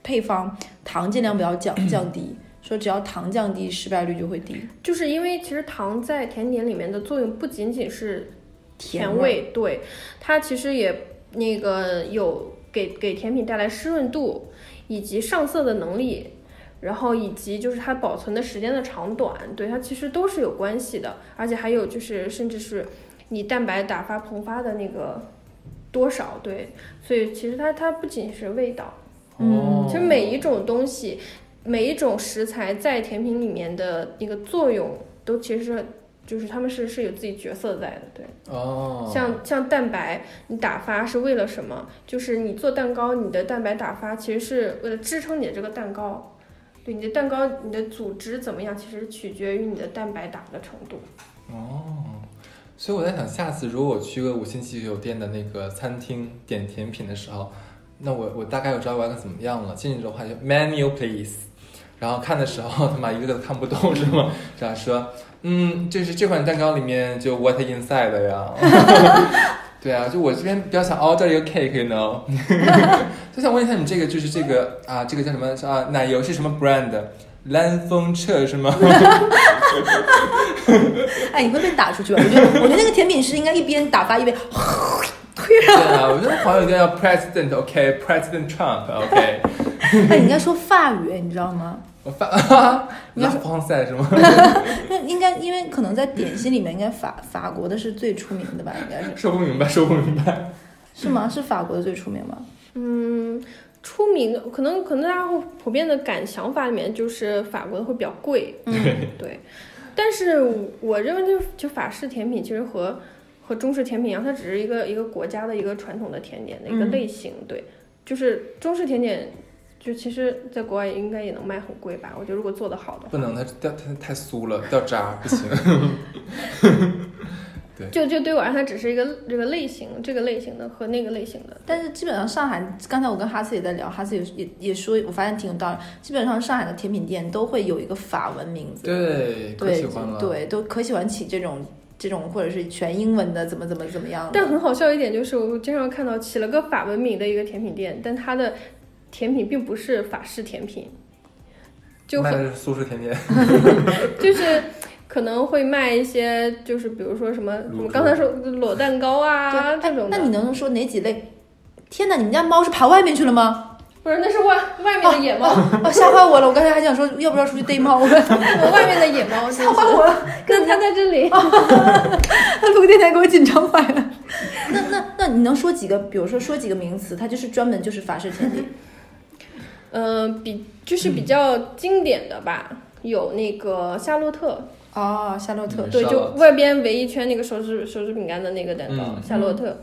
S3: 配方，糖尽量不要降降低，说只要糖降低，失败率就会低。
S2: 就是因为其实糖在甜点里面的作用不仅仅是甜
S3: 味，
S2: 味，对它其实也那个有给给甜品带来湿润度，以及上色的能力，然后以及就是它保存的时间的长短，对它其实都是有关系的，而且还有就是甚至是你蛋白打发膨发的那个多少，对，所以其实它它不仅是味道。
S3: 嗯
S1: 哦，
S2: 其实每一种东西，每一种食材在甜品里面的那个作用，都其实是就是他们是是有自己角色在的，对。
S1: 哦，
S2: 像像蛋白，你打发是为了什么？就是你做蛋糕，你的蛋白打发其实是为了支撑你的这个蛋糕。对你的蛋糕，你的组织怎么样，其实取决于你的蛋白打的程度。
S1: 哦，所以我在想，下次如果我去个五星级酒店的那个餐厅点甜品的时候，那我我大概有知道我要干怎么样了。进去的话就 menu please，然后看的时候他妈一个个都看不懂是吗？这样说，嗯，就是这款蛋糕里面就 what inside 的呀。 *laughs* 对啊，就我这边比较想 order 一个 cake，you know，就想问一下你这个就是这个啊，这个叫什么啊？奶油是什么 brand？蓝风彻是吗？
S3: 哎，你会被打出去吧？我觉得，我觉得那个甜品师应该一边打发一边 *laughs* 推
S1: 对啊，我觉得黄友一定要 President，OK，President、Trump，OK，、
S3: 哎，你应该说法语，你知道吗？
S1: 我发哈，拉方赛是吗？
S3: 那应该，因为可能在点心里面，应该法法国的是最出名的吧？应该是
S1: 说不明白，说不明白。
S3: 是吗？是法国的最出名吗？
S2: 嗯，出名的可能可能大家会普遍的感想法里面就是法国的会比较贵，嗯
S1: 对，
S2: 对。但是我认为就是就法式甜品其实和和中式甜品一样，它只是一个一个国家的一个传统的甜点的一个
S3: 嗯
S2: 类型，对。就是中式甜点，就其实在国外应该也能卖很贵吧？我觉得如果做得好的话，
S1: 不能，它掉它太酥了，掉渣不行。
S2: 就就对我而言，它只是一个这个类型，这个类型的和那个类型的。
S3: 但是基本上上海，刚才我跟哈斯也在聊，哈斯也也也说，我发现挺有道理。基本上上海的甜品店都会有一个法文名字，
S1: 对，可
S3: 对
S1: 喜欢了。，
S3: 对，都可喜欢起这种这种或者是全英文的，怎么怎么怎么样的。
S2: 但很好笑一点就是，我经常看到起了个法文名的一个甜品店，但它的甜品并不是法式甜品，就
S1: 卖
S2: 很
S1: 的是苏式甜点，
S2: 就是可能会卖一些，就是比如说什么，
S1: 卤
S2: 我
S1: 煮
S2: 刚才说裸蛋糕啊
S3: 对哎
S2: 这种
S3: 那
S2: 的，
S3: 你能说哪几类？天哪，你们家猫是爬外面去了吗？
S2: 不是那是
S3: *laughs*
S2: 外外面的野猫，
S3: 哦，吓坏我了！我刚才还想说，要不要出去逮 *laughs* 猫？
S2: 我外面的野猫是
S3: 吓坏我了！
S2: 跟它在这
S3: *laughs*
S2: 里，
S3: 他录个电台给我紧张坏了。那那那你能说几个？比如说说几个名词，它就是专门就是法式甜点。 *laughs*
S2: 嗯、比就是比较经典的吧，有那个夏洛特，
S3: 哦，夏洛特
S1: 嗯。
S2: 对，
S1: 夏
S2: 就
S1: 洛特
S2: 外边围一圈那个手指手指饼干的那个蛋糕，
S1: 嗯
S2: 夏洛特，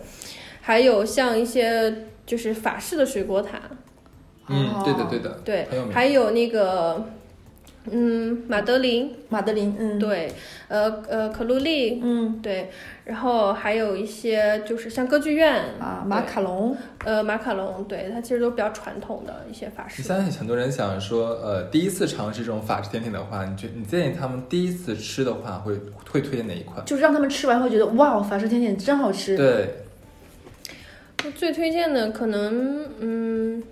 S2: 还有像一些就是法式的水果塔，
S1: 嗯，对的对
S3: 的。
S1: 的，
S2: 对
S1: 很有，名
S2: 还有那个。嗯，马德琳，
S3: 马德琳，嗯，，
S2: 对，呃呃，可露丽，
S3: 嗯
S2: 对，然后还有一些就是像歌剧院
S3: 啊，马
S2: 对
S3: 卡龙，
S2: 呃马卡龙，对它其实都比较传统的一些法
S1: 你
S2: 式。
S1: 相信很多人想说，呃，第一次尝试这种法式甜品的话，你觉你建议他们第一次吃的话，会会推荐哪一款？
S3: 就是让他们吃完会觉得哇，法式甜点真好吃。
S1: 对，
S2: 最推荐的可能嗯，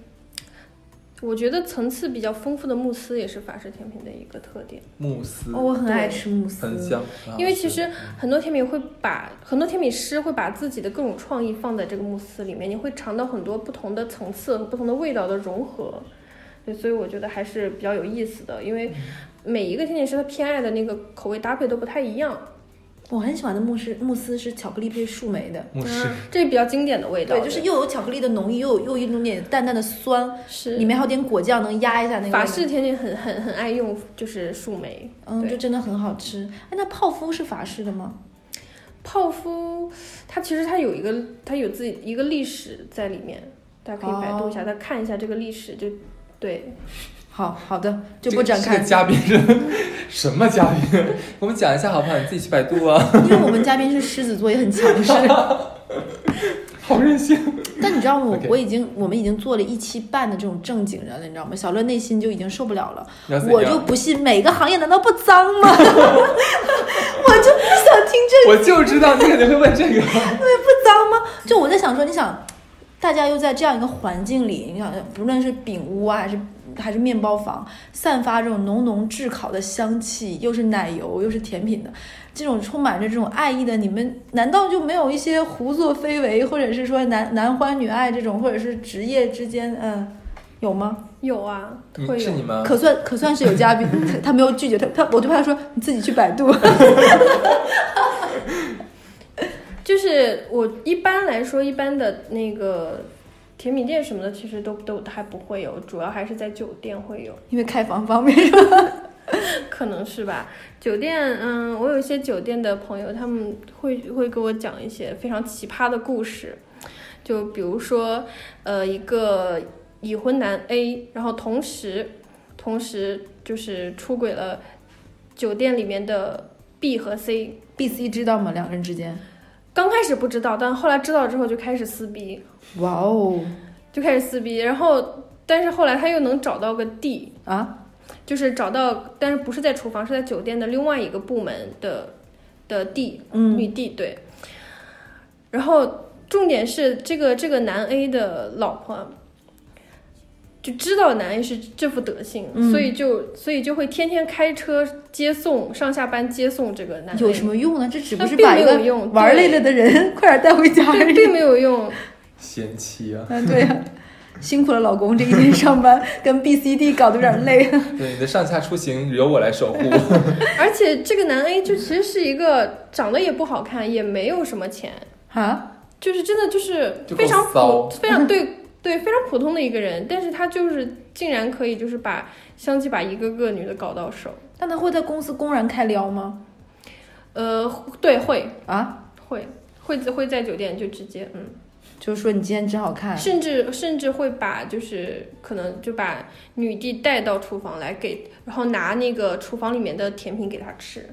S2: 我觉得层次比较丰富的慕斯也是法式甜品的一个特点，
S1: 慕斯
S3: 哦，我很爱吃慕斯，
S1: 很香，很好
S2: 因为其
S1: 吃
S2: 实很多甜品会把很多甜品师会把自己的各种创意放在这个慕斯里面，你会尝到很多不同的层次和不同的味道的融合。对，所以我觉得还是比较有意思的，因
S3: 嗯
S2: 为每一个甜点师他偏爱的那个口味搭配都不太一样，
S3: 我很喜欢的慕斯慕斯是巧克力配树莓的，
S1: 慕斯
S2: 嗯，这比较经典的味道。
S3: 对，就是又有巧克力的浓郁，又有又有一种点淡淡的酸，
S2: 是
S3: 里面还有点果酱能压一下那个味道
S2: 法式甜点很很很爱用，就是树莓。
S3: 嗯，
S2: 对
S3: 就真的很好吃。哎，那泡芙是法式的吗？
S2: 泡芙，它其实它有一个，它有自己一个历史在里面，大家可以百度一
S3: 哦
S2: 下，再看一下这个历史，就对，
S3: 好好的，
S1: 这
S3: 就不
S1: 个
S3: 展
S1: 这
S3: 开
S1: 个，嘉宾是什么嘉宾？我们讲一下好不好？你自己去百度啊，
S3: 因为我们嘉宾 *laughs* 是狮子座，也很强
S1: *laughs*
S3: 势。
S1: 好任性。
S3: 但你知道我
S1: OK
S3: 我已经我们已经做了一期半的这种正经人了，你知道吗？小乐内心就已经受不了了，
S1: 然后怎
S3: 我
S1: 样
S3: 就不信每个行业难道不脏吗？ *laughs* 我就想听这
S1: 我就知道你肯定会问这个。
S3: *laughs* 不脏吗？就我在想说，你想，大家又在这样一个环境里，你想，不论是饼屋啊，还是还是面包房，散发这种浓浓炙烤的香气，又是奶油又是甜品的，这种充满着这种爱意的，你们难道就没有一些胡作非为，或者是说男男欢女爱这种，或者是职业之间，嗯、有吗？
S2: 有啊，会
S1: 嗯你是你
S2: 有。
S1: 吗？
S3: 可算可算是有嘉宾，他他没有拒绝他，他我就怕他说你自己去百度。
S2: 就是我一般来说，一般的那个甜品店什么的，其实都都还不会有，主要还是在酒店会有。
S3: 因为开房方面是吧？
S2: 可能是吧。酒店，嗯，我有一些酒店的朋友，他们会会给我讲一些非常奇葩的故事，就比如说，呃，一个已婚男 A，然后同时同时就是出轨了酒店里面的 B 和 C。
S3: *laughs* B、C 知道吗？两个人之间，
S2: 刚开始不知道，但后来知道之后就开始撕逼，
S3: 哇哦
S2: 就开始撕逼，然后但是后来他又能找到个 D，
S3: 啊！
S2: 就是找到，但是不是在厨房，是在酒店的另外一个部门的的地，
S3: 嗯
S2: 女地对。然后重点是这个这个男 A 的老婆就知道男 A 是这副德行，
S3: 嗯
S2: 所以就所以就会天天开车接送上下班接送这个男 A，
S3: 有什么用呢？这只不
S2: 那
S3: *laughs* 是
S2: 并
S3: 把
S2: 没
S3: 一个
S2: 有用
S3: 玩
S2: 对
S3: 累了的人快点带回家 *laughs* 而
S2: 对，
S3: 已。
S2: 并没有用， *laughs*
S1: 贤妻啊，
S3: 嗯，对呀、辛苦了老公，这一天上班 *laughs* 跟 B、C、D 搞得有点累。
S1: 对你的上下出行由我来守护。
S2: 而且这个男 A 就其实是一个长得也不好看，也没有什么钱，
S3: *laughs* 啊，
S2: 就是真的就是
S1: 就够
S2: 非常
S1: 骚 *laughs*
S2: 普非常对对非常普通的一个人，但是他就是竟然可以就是把相继把一个个女的搞到手，
S3: 但他会在公司公然开撩吗？
S2: 呃，对，会
S3: 啊，
S2: 会会会在酒店就直接嗯，
S3: 就是说你今天真好
S1: 哎
S3: 看。
S2: 甚至甚至会把就是可能就把女帝带到厨房来给，然后拿那个厨房里面的甜品给她吃，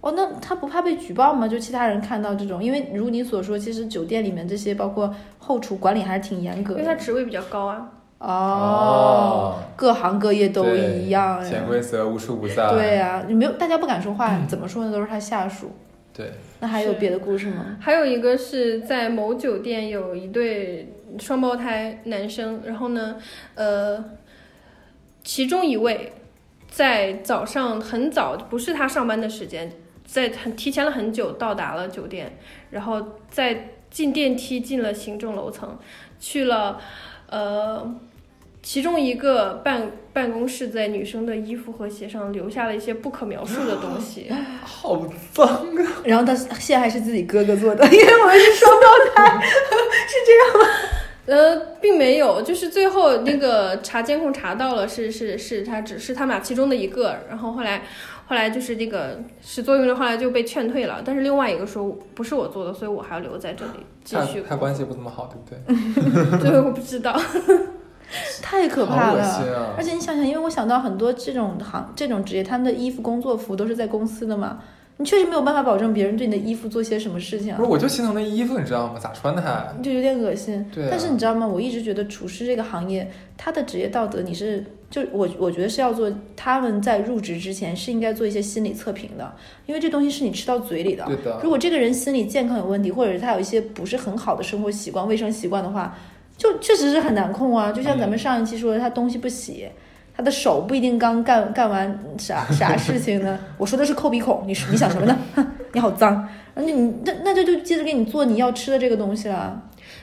S3: 哦，那他不怕被举报吗？就其他人看到这种，因为如你所说，其实酒店里面这些包括后厨管理还是挺严格
S2: 因为她
S3: 的。
S2: 职位比较高啊，
S3: 哦，，各行各业都
S1: 对
S3: 一样哎呀。
S1: 潜规则无处不在。
S3: 对呀、你没有大家不敢说话，
S1: 嗯
S3: 怎么说呢？都是他下属。
S1: 对
S3: 那还有
S2: 是
S3: 别的故事吗？
S2: *laughs* 还有一个是在某酒店有一对双胞胎男生，然后呢，呃，其中一位在早上很早，不是他上班的时间，在很提前了很久到达了酒店，然后在进电梯进了行政楼层，去了，呃。其中一个办办公室在女生的衣服和鞋上留下了一些不可描述的东西，
S1: 好脏啊！
S3: 然后他陷害是自己哥哥做的， *laughs* 因为我们是双胞
S2: 呃，并没有，就是最后那个查监控查到了是，是是他只是他们俩其中的一个，然后后来后来就是这个始作俑者后来就被劝退了，但是另外一个说不是我做的，所以我还要留在这里继
S1: 他
S2: 续工
S1: 他
S2: 作。
S1: 关系不怎么好，对不对？
S2: 对，我不知道，
S3: 太可怕
S1: 好恶
S3: 了。
S1: 心啊
S3: 而！且你想想，因为我想到很多这种行、这种职业，他们的衣服、工作服都是在公司的嘛，你确实没有办法保证别人对你的衣服做些什么事情啊
S1: 不是，，我就心疼那衣服，你知道吗？咋穿的还？
S3: 就有点恶心。
S1: 对啊
S3: 但是你知道吗？我一直觉得厨师这个行业，他的职业道德，你是就我我觉得是要做，他们在入职之前是应该做一些心理测评的，因为这东西是你吃到嘴里的。
S1: 对的，
S3: 如果这个人心理健康有问题，或者是他有一些不是很好的生活习惯、卫生习惯的话，就确实是很难控啊。就像咱们上一期说的，他东西不洗，他的手不一定刚干干完啥 *laughs* 啥事情呢。我说的是抠鼻孔，你说你想什么呢？ *laughs* 你好脏，那你那那这就接着给你做你要吃的这个东西了。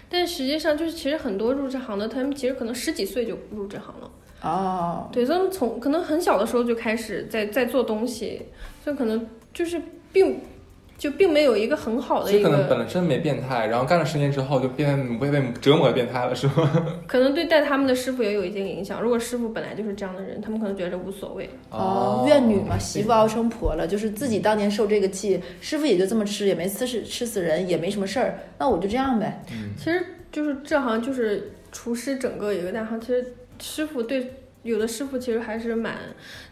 S2: 但实际上就是，其实很多入这行的，他们其实可能十几岁就入这行了。
S3: 哦，
S2: 对，他们从可能很小的时候就开始在在做东西，所以可能就是并就并没有一个很好的
S1: 所以
S2: 一
S1: 可能
S2: 个，
S1: 本身没变态，然后干了十年之后就变被被折磨为变态了，是吗？
S2: 可能对待他们的师傅也有一定影响。如果师傅本来就是这样的人，他们可能觉得无所谓。
S3: 哦，怨女嘛，媳妇熬成婆了，就是自己当年受这个气，师傅也就这么吃，也没吃死吃死人，也没什么事儿，那我就这样呗。
S1: 嗯
S2: 其实就是这行就是厨师整个一个大行，其实师傅对有的师傅其实还是蛮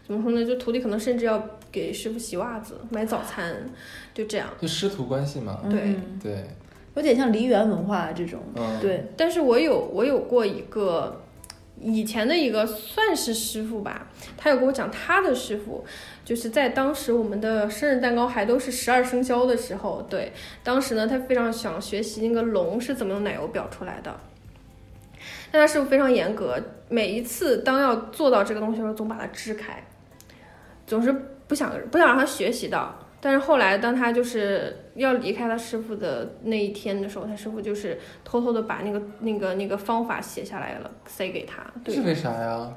S2: 怎么说呢？就徒弟可能甚至要给师傅洗袜子、买早餐，就这样。
S1: 就师徒关系嘛，
S2: 对
S3: 嗯
S1: 对，
S3: 有点像梨园文化这种。
S1: 嗯，
S3: 对，
S2: 但是我有我有过一个以前的一个算是师傅吧，他有跟我讲他的师傅，就是在当时我们的生日蛋糕还都是十二生肖的时候，对，当时呢他非常想学习那个龙是怎么用奶油表出来的。但他师傅非常严格，每一次当要做到这个东西的时候，总把它支开，总是不想不想让他学习到。但是后来，当他就是要离开他师傅的那一天的时候，他师傅就是偷偷的把那个那个那个方法写下来了，塞给他。对
S1: 是，为啥呀？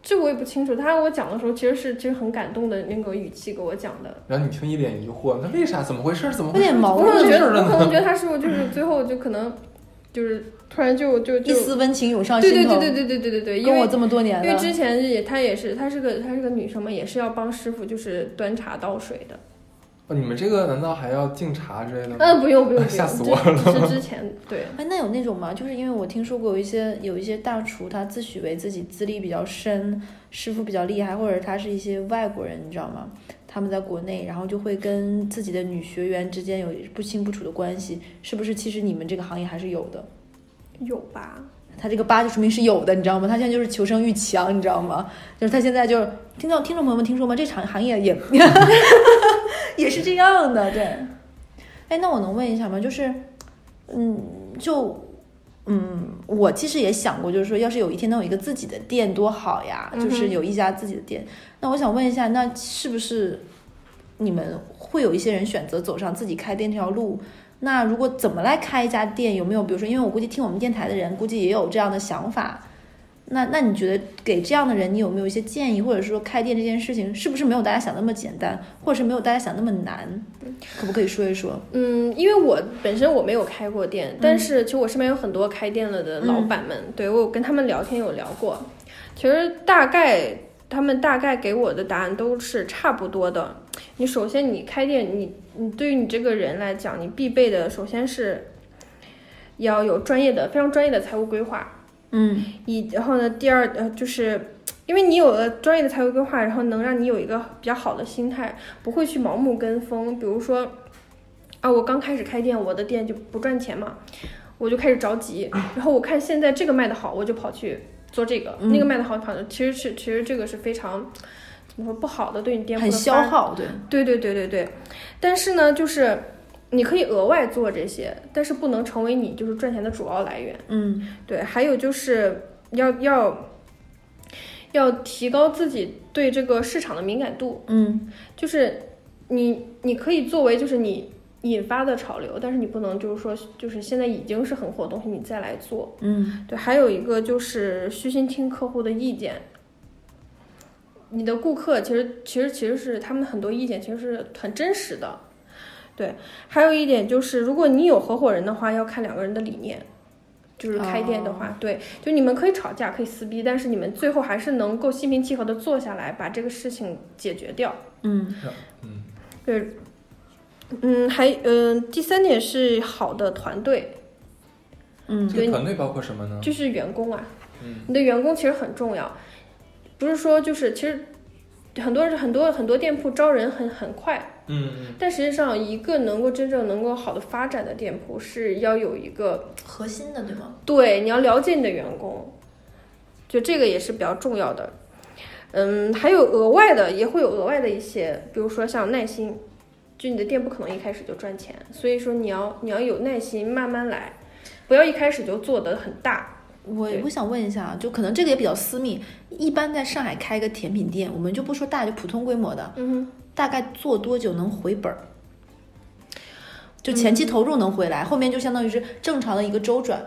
S2: 这我也不清楚。他给我讲的时候，其实是其实很感动的那个语气给我讲的。
S1: 然后你听一脸疑惑，那为啥？怎么回事？怎么
S3: 有
S1: 回事？
S3: 点矛
S2: 我可能
S3: 盾，
S2: 觉得，我可能觉得他师傅就是最后就可能就是突然就就
S3: 一
S2: 就
S3: 丝温情涌上
S2: 对
S3: 心
S2: 对
S3: 头。
S2: 对对对对对对对，因
S3: 跟我
S2: 为
S3: 这么多年
S2: 因为
S3: 了，
S2: 之前也他也是他是个他是个女生嘛，也是要帮师傅就是端茶倒水的。
S1: 哦你们这个难道还要敬茶之类的吗？
S3: 呃
S2: 嗯，不用不用不用，
S1: 吓死我
S2: 这这是之前对。
S3: 哎，那有那种吗？就是因为我听说过有一些有一些大厨，他自诩为自己资历比较深，师傅比较厉害，或者他是一些外国人，你知道吗？他们在国内，然后就会跟自己的女学员之间有不清不楚的关系，是不是？其实你们这个行业还是有的。
S2: 有吧？
S3: 他这个八就说明是有的，你知道吗？他现在就是求生欲强，你知道吗？就是他现在就是听到听众朋友们听说吗？这场行
S2: *laughs*
S3: 业也也是这样的，对。哎，那我能问一下吗？就是，嗯，就，嗯，我其实也想过，就是说，要是有一天能有一个自己的店多好呀，
S2: 嗯哼
S3: 就是有一家自己的店。那我想问一下，那是不是你们会有一些人选择走上自己开店这条路？那如果怎么来开一家店，有没有比如说，因为我估计听我们电台的人估计也有这样的想法，那那你觉得给这样的人，你有没有一些建议，或者说开店这件事情是不是没有大家想那么简单，或者是没有大家想那么难？可不可以说一说？
S2: 嗯，因为我本身我没有开过店，但是其实我身边有很多开店了的老板们，对我有跟他们聊天有聊过，其实大概他们大概给我的答案都是差不多的。你首先你开店，你你对于你这个人来讲，你必备的首先是要有专业的非常专业的财务规划，
S3: 嗯
S2: 以然后呢，第二呃，就是因为你有了专业的财务规划，然后能让你有一个比较好的心态，不会去盲目跟风。比如说，啊，我刚开始开店，我的店就不赚钱嘛，我就开始着急，然后我看现在这个卖的好，我就跑去做这个，
S3: 嗯
S2: 那个卖的好，跑去其实是其实这个是非常怎么说不好的，对你店铺
S3: 很
S2: 的
S3: 消
S2: 发
S3: 耗，对，
S2: 对对对对对，但是呢，就是你可以额外做这些，但是不能成为你就是赚钱的主要来源。
S3: 嗯
S2: 对，还有就是要要要提高自己对这个市场的敏感度，
S3: 嗯
S2: 就是你你可以作为就是你引发的潮流，但是你不能就是说就是现在已经是很火的东西你再来做。
S3: 嗯，
S2: 对，还有一个就是虚心听客户的意见。你的顾客其实其实其实是他们很多意见其实是很真实的，对。还有一点就是，如果你有合伙人的话，要看两个人的理念。就是开店的话对，就你们可以吵架，可以撕逼，但是你们最后还是能够心平气和的坐下来，把这个事情解决掉。
S3: 嗯
S1: 嗯，
S2: 对，嗯，还嗯、第三点是好的团队，
S3: 嗯
S1: 这个团队包括什么呢？
S2: 就是员工啊，
S1: 嗯
S2: 你的员工其实很重要，不是说就是其实很多很多很多店铺招人很很快，
S1: 嗯嗯，
S2: 但实际上一个能够真正能够好的发展的店铺是要有一个
S3: 核心的对吗？
S2: 对你要了解你的员工，就这个也是比较重要的。嗯，还有额外的也会有额外的一些，比如说像耐心，就你的店不可能一开始就赚钱，所以说你要你要有耐心慢慢来。不要一开始就做的很大。
S3: 我
S2: 对
S3: 我想问一下，啊就可能这个也比较私密，一般在上海开一个甜品店，我们就不说大，就普通规模的，
S2: 嗯
S3: 大概做多久能回本儿？就前期投入能回来，后面就相当于是正常的一个周转。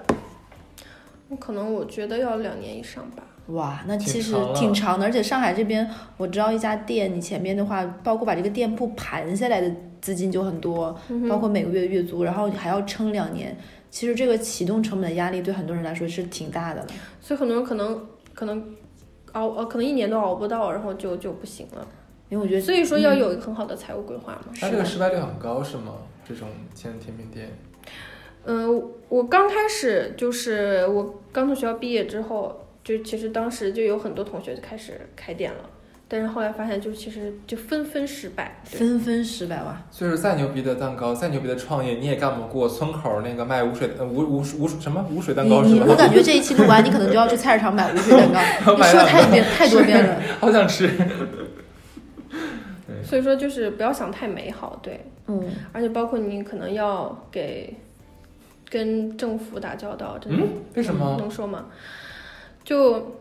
S2: 哼，可能我觉得要两年以上吧。
S3: 哇，那其实
S1: 挺长了
S3: 挺长的，而且上海这边我知道一家店，你前面的话，包括把这个店铺盘下来的资金就很多，
S2: 嗯哼
S3: 包括每个月月租，然后还要撑两年，其实这个启动成本的压力对很多人来说是挺大的了。
S2: 所以很多人可能可能熬呃可能一年都熬不到，然后就就不行了。
S3: 因为我觉得，嗯
S2: 所以说要有一个很好的财务规划嘛。
S1: 它这个失败率很高是吗？这种现在甜品店，
S2: 嗯、我刚开始就是我刚从学校毕业之后，就其实当时就有很多同学就开始开店了，但是后来发现就其实就纷纷失败。对
S3: 纷纷失败哇，
S1: 就是再牛逼的蛋糕，再牛逼的创业，你也干不过村口那个卖无水呃无无无什么无水蛋
S3: 你
S1: 糕是
S3: 你
S1: 吧？
S3: 我感觉这一期录完，你可能就要去菜市场买无水蛋糕，你说太遍太多
S1: *laughs*
S3: 遍
S1: *laughs*
S3: 了。嗯
S1: 好想吃。
S2: 所以说就是不要想太美好，对，
S3: 嗯，
S2: 而且包括你可能要给跟政府打交道，真的
S1: 嗯，为什么？
S2: 能说吗？就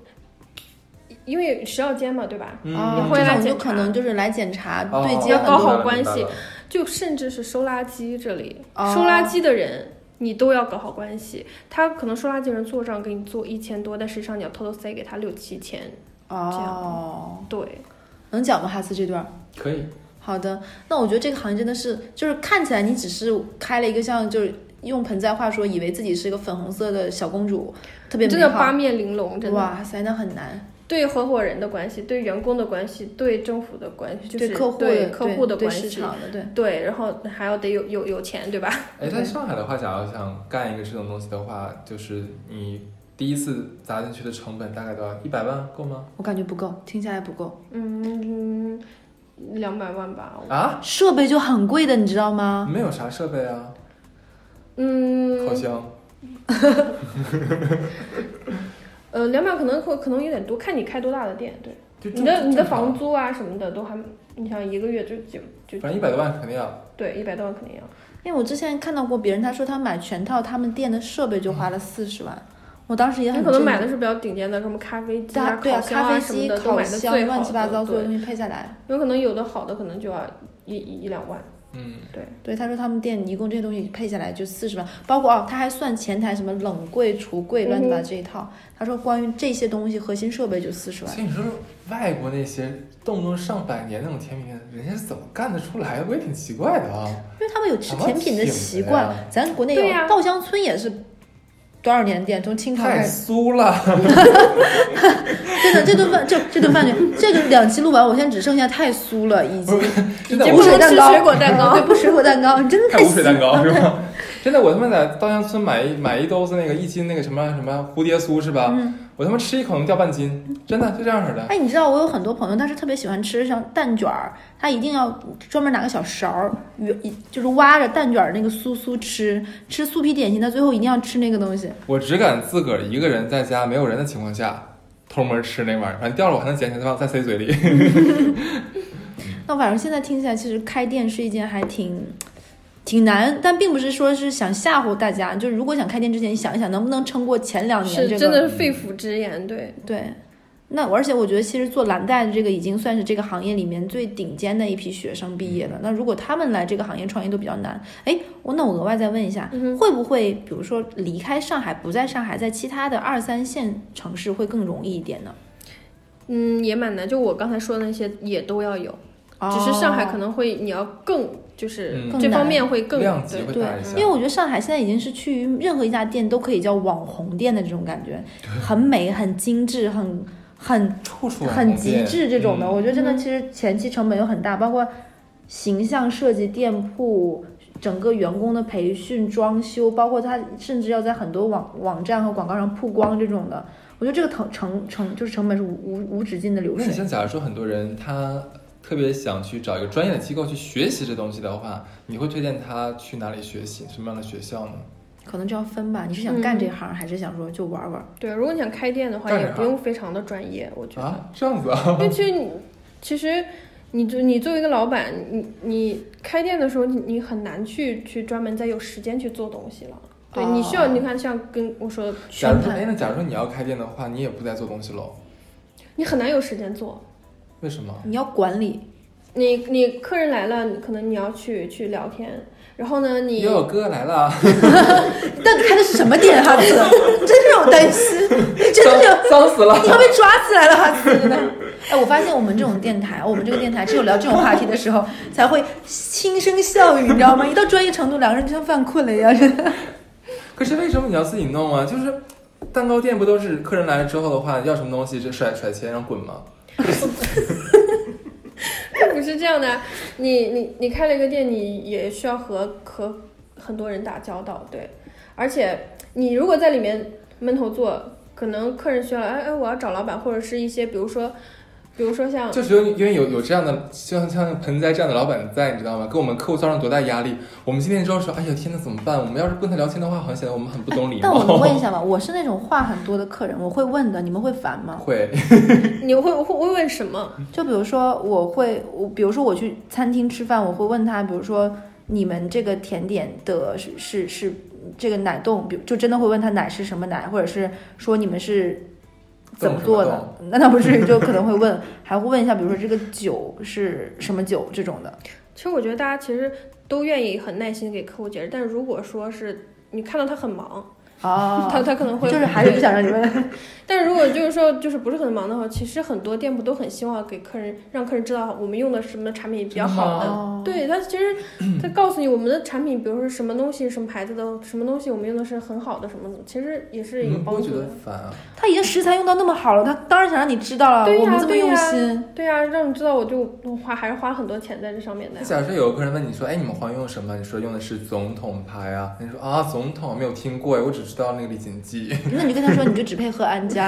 S2: 因为食药监嘛，对吧？
S1: 嗯，
S3: 啊，
S2: 会
S3: 这
S2: 来
S3: 种就
S2: 检查
S3: 可能就是来检查
S1: 哦
S3: 对接
S2: 要
S3: 很
S2: 搞
S3: 多
S2: 好关系
S1: 明白了
S2: 就甚至是收垃圾这里，
S3: 哦
S2: 收垃圾的人你都要搞好关系。他可能收垃圾的人做账给你做一千多，但实际上你要偷偷塞给他六七千。
S3: 哦，
S2: 对，
S3: 能讲吗？哈斯这段儿。
S1: 可以。
S3: 好的，那我觉得这个行业真的是，就是看起来你只是开了一个像，就是用盆栽话说，以为自己是一个粉红色的小公主，特别
S2: 真
S3: 美
S2: 的八
S3: 好。
S2: 面玲珑，真的。
S3: 哇塞，那很难，
S2: 对合伙人的关系，对员工的关系，对政府的关系，就是
S3: 对客户
S2: 对
S3: 的
S2: 客户的
S3: 对
S2: 关
S3: 市
S2: 系，
S3: 场的，对，
S2: 对，然后还要得有有有钱，对吧？
S1: 哎，在上海的话，假如想干一个这种东西的话，就是你第一次砸进去的成本大概多少？一百万够吗？
S3: 我感觉不够，听下来不够，
S2: 嗯，两百万吧。
S1: 啊？
S3: 设备就很贵的，你知道吗？
S1: 没有啥设备啊，
S2: 嗯，
S1: 烤箱。
S2: 呃，两百可能会可能有点多，看你开多大的店，对，
S1: 就
S2: 你的你的房
S1: 子，
S2: 租啊什么的都还，你想一个月就就就
S1: 反正一百多万肯定要。
S2: 对一百多万肯定要，
S3: 因为我之前看到过别人，他说他买全套他们店的设备就花了四十万，我当时也
S2: 你
S3: 很
S2: 可能
S3: 震
S2: 买
S3: 惊
S2: 的是比较顶尖的，什么咖啡机
S3: 大对
S2: 烤
S3: 啊，
S2: 箱
S3: 咖
S2: 啊
S3: 啡
S2: 什么
S3: 机、
S2: 的都
S3: 烤
S2: 买的
S3: 箱
S2: 最好
S3: 乱七八糟
S2: 的，
S3: 所有
S2: 对，
S3: 东西配下来，
S2: 有可能有的好的可能就要一一一两万，
S1: 嗯，
S3: 对，他说他们店一共这些东西配下来就四十万，包括哦，他还算前台什么冷柜、橱柜乱七八糟这一套。他说关于这些东西核心设备就四十万，
S1: 所以你说外国那些动不动上百年那种甜品店，人家是怎么干得出来的？我也挺奇怪的啊。
S3: 因为他们有吃甜品的习
S1: 怎么
S3: 惯
S1: 请的呀，
S3: 咱国内
S2: 对呀
S3: 有稻香村也是多少年的店，从清朝
S1: 太
S3: 开始。
S1: 酥了，
S3: 真的，这顿饭就这顿饭就这个两期录完，我现在只剩下太酥了，已经
S1: 真的
S3: 已经
S1: 我
S3: 不
S2: 能
S3: 水蛋糕
S2: 吃水果蛋糕
S3: 对，不水果蛋糕，真的
S1: 看
S3: 太
S1: 无水
S3: 酥。
S1: 蛋 *laughs* 糕是吧？真的，我他妈在稻香村买一买一兜子那个一斤那个什么什么蝴蝶酥是吧？
S3: 嗯
S1: 我他妈吃一口能掉半斤，真的就这样式的。
S3: 哎，你知道我有很多朋友，他是特别喜欢吃像蛋卷儿，他一定要专门拿个小勺儿，圆就是挖着蛋卷儿那个酥酥吃，吃酥皮点心，他最后一定要吃那个东西。
S1: 我只敢自个儿一个人在家没有人的情况下偷摸吃那玩意儿，反正掉了我还能捡起来再放再塞嘴里。
S3: 那反正现在听起来，其实开店是一件还挺挺难，但并不是说是想吓唬大家，就是如果想开店之前，你想一想能不能撑过前两年
S2: 是
S3: 这个。
S2: 真的是肺腑之言，对，
S3: 对。那我而且我觉得，其实做蓝带的这个已经算是这个行业里面最顶尖的一批学生毕业了。那如果他们来这个行业创业都比较难，哎，我那我额外再问一下，
S2: 嗯哼
S3: 会不会比如说离开上海，不在上海，在其他的二三线城市会更容易一点呢？
S2: 嗯，也蛮难，就我刚才说的那些也都要有，只是上海可能会你要更就是
S1: 嗯
S2: 这
S3: 哦
S2: 方
S3: 更难
S2: 面会更
S1: 量级
S2: 对
S1: 会
S3: 对
S1: 大一些
S3: 因。为我觉得上海现在已经是去任何一家店都可以叫网红店的这种感觉，很美、很精致、很很
S1: 处处网
S3: 很
S1: 红
S3: 极
S1: 店
S3: 致这种的，
S1: 嗯
S3: 我觉得真的
S2: 嗯
S3: 其实前期成本有很大，包括形象设计、店铺、整个员工的培训、装修，包括他甚至要在很多网网站和广告上曝光这种的，我觉得这个成成成就是成本是无无无止境的流
S1: 那你
S3: 水。
S1: 像假如说很多人他特别想去找一个专业的机构去学习这东西的话，你会推荐他去哪里学习，什么样的学校呢？
S3: 可能就要分吧，你是想干这行，还是想说就玩玩？
S2: 对，如果你想开店的话，
S1: 干
S2: 也
S1: 啥
S2: 不用非常的专业，我觉得，
S1: 啊，这样子啊，
S2: 因为其实你其实你就你作为一个老板，你你开店的时候，你你很难去去专门再有时间去做东西了。对
S3: 哦
S2: 你需要，你看像跟我说的，
S1: 假如
S3: 全
S1: 说，
S3: 盘
S1: 哎，那假如说你要开店的话，你也不在做东西喽？
S2: 你很难有时间做。
S1: 为什么？
S3: 你要管理，
S2: 你你客人来了，你可能你要去去聊天，然后呢，你
S1: 悠悠哥来了，
S3: 到底开的是什么店，哈斯？ *laughs* 真让我担心， *laughs* 你 *laughs* 真的
S1: *laughs* 脏脏死了
S3: 你。要被抓起来了，哈斯！ *laughs* 哎，我发现我们这种电台，我们这个电台只有聊这种话题的时候才会轻声笑语，你知道吗？一到专业程度，两个人就像犯困了一样，真的。
S1: 可是为什么你要自己弄啊？就是蛋糕店不都是客人来了之后的话，要什么东西就甩甩钱然后滚吗？
S2: 不是这样的啊，你你你开了一个店，你也需要和和很多人打交道，对，而且你如果在里面闷头做，可能客人需要，哎哎，我要找老板，或者是一些比如说，比如说像
S1: 就只有因为有有这样的，像像盆栽这样的老板在，你知道吗？给我们客户造成多大压力？我们今天之后说，哎呀天哪，怎么办？我们要是跟他聊天的话，好像显得我们很不懂礼
S3: 但我能问一
S1: 貌。
S3: 下吗？我是那种话很多的客人，我会问的，你们会烦吗？
S1: *laughs* 会，
S2: 你会会会问什么？
S3: 就比如说，我会，我比如说我去餐厅吃饭，我会问他，比如说你们这个甜点的是是是这个奶冻，比如就真的会问他奶是什么奶，或者是说你们是怎么做
S1: 冻什
S3: 的？那倒不至于，就可能会问，还会问一下，比如说这个酒是什么酒这种的。
S2: 其实我觉得大家其实都愿意很耐心给客户解释，但如果说是你看到他很忙，
S3: 哦，
S2: *laughs* 他他可能会
S3: 就是还是不想让你
S2: *laughs*
S3: 问。
S2: 但如果就是说就是不是很忙的话，其实很多店铺都很希望给客人让客人知道我们用的什么产品比较好
S1: 真
S2: 的。
S3: 哦，
S2: 对他
S1: *clears throat*
S2: 其实他告诉你我们的产品，比如说什么东西、什么牌子的、什么东西，我们用的是很好的什么的，其实也是
S1: 你
S2: 有
S1: 们不
S2: 帮
S1: 会觉
S2: 助
S1: 得
S2: 的。
S1: 烦啊？
S3: 他已经食材用到那么好了，他当然想让你知道了。
S2: 对呀
S3: 我们这么
S2: 对呀
S3: 用心，
S2: 对呀、让你知道我就我花还是花很多钱在这上面
S1: 那
S2: 的呀。
S1: 假设有个客人问你说，哎，你们黄油用什么？你说用的是总统牌啊？你说啊，总统没有听过哎，我只知道那个李锦记。
S3: 那你就跟他说，你就只配喝安佳。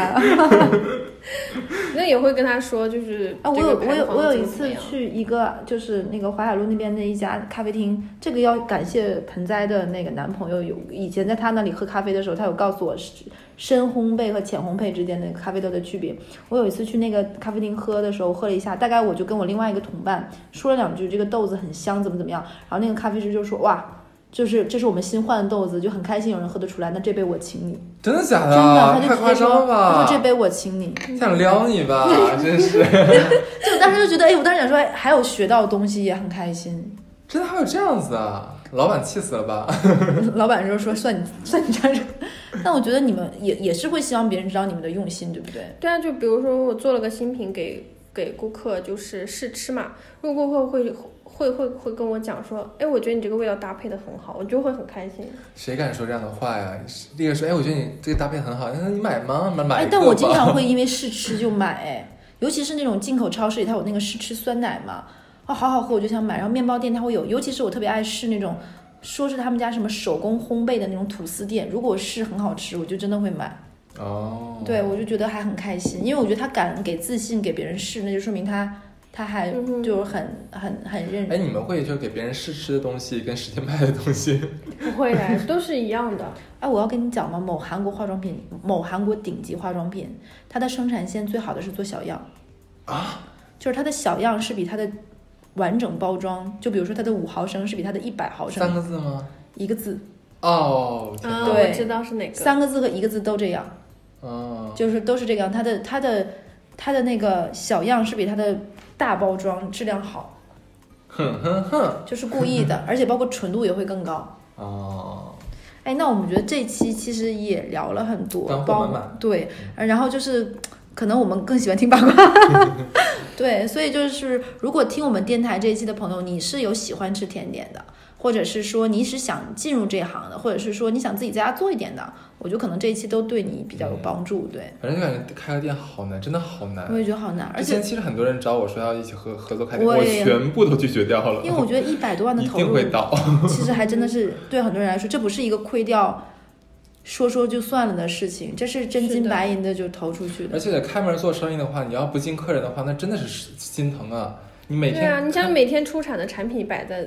S2: 那也会跟他说，就是
S3: 啊，我
S2: 这
S3: 有
S2: 个
S3: 我
S2: 牌子
S3: 有我有一
S2: 怎么
S3: 次
S2: 样
S3: 去一个就是那个淮海路那边的一家咖啡厅，这个要感谢盆栽的那个男朋友有，以前在他那里喝咖啡的时候，他有告诉我是深烘焙和浅烘焙之间的咖啡豆的区别。我有一次去那个咖啡厅喝的时候，喝了一下，大概我就跟我另外一个同伴说了两句，这个豆子很香，怎么怎么样，然后那个咖啡师就说哇。就是这是我们新换的豆子，就很开心有人喝得出来。那这杯我请你，
S1: 真的假
S3: 真的，他就
S1: 啊太
S3: 直接
S1: 夸
S3: 说，
S1: 张了
S3: 他
S1: 吧
S3: 说！这杯我请你。
S1: 想撩你
S3: *laughs*
S1: 吧，真是，
S3: 就我当时就觉得，哎，我当时想说，哎还有学到东西，也很开心。 *laughs*
S1: 真的还有这样子啊！老板气死了吧？
S3: 老板就说算你算你沾上， *laughs* 但我觉得你们也也是会希望别人知道你们的用心，对不对？
S2: 对啊，就比如说我做了个新品给给顾客，就是试吃嘛。如果顾客会会会会跟我讲说，哎，我觉得你这个味道搭配的很好，我就会很开心。
S1: 谁敢说这样的话呀？立刻说，哎，我觉得你这个搭配很好，那你买吗？买买
S3: 哎
S1: 一，
S3: 但
S1: 个
S3: 我经
S1: 吧
S3: 常会因为试吃就买，哎，尤其是那种进口超市里，它有那个试吃酸奶嘛，哦，好好喝，我就想买。然后面包店它会有，尤其是我特别爱试那种，说是他们家什么手工烘焙的那种吐司店，如果是很好吃，我就真的会买。
S1: 哦，
S3: 对，我就觉得还很开心，因为我觉得他敢给自信给别人试，那就说明他他还
S2: 嗯哼
S3: 哎就是很、很很认
S1: 哎，你们会就给别人试吃的东西跟实际卖的东西，
S2: 不会的，都是一样的。
S3: 哎，我要跟你讲嘛，某韩国化妆品，某韩国顶级化妆品，它的生产线最好的是做小样啊，就是它的小样是比它的完整包装，就比如说它的五毫升是比它的一百毫
S1: 三
S3: 升，
S1: 个字吗？
S3: 一个字，
S1: 哦，天
S2: 啊，
S1: 哪，
S3: 嗯对
S2: 我知道是哪个。
S3: 三个字和一个字都这样，
S1: 哦，
S3: 就是都是这样，它的它的它的那个小样是比它的大包装质量好，
S1: 哼哼哼，
S3: 就是故意的，而且包括纯度也会更高。
S1: 哦，
S3: 哎，那我们觉得这期其实也聊了很多
S1: 干货，
S3: 包
S1: 满满
S3: 对，
S1: 嗯
S3: 然后就是可能我们更喜欢听八卦，
S1: *laughs*
S3: 对，所以就是如果听我们电台这一期的朋友，你是有喜欢吃甜点的，或者是说你是想进入这一行的，或者是说你想自己在家做一点的，我觉得可能这一期都对你比较有帮助，对，
S1: 反正就感觉开个店好难，真的好难
S3: 我。也觉得好难，而
S1: 之
S3: 且
S1: 前其实很多人找我说要一起合合作开店，
S3: 我
S1: 我
S3: 也
S1: 全部都拒绝掉了，
S3: 因为我觉得一百多万的
S1: *laughs* 一
S3: 投
S1: 定
S3: 入
S1: 会倒。
S3: 其实还真的是对很多人来说，这不是一个亏掉说说就算了的事情，这是真
S2: 是
S3: 金
S2: 的
S3: 白银的就投出去的
S1: 而。且开门做生意的话，你要不进客人的话，那真的是心疼啊！你每
S2: 对
S1: 天
S2: 啊，你想每天出产的产品摆在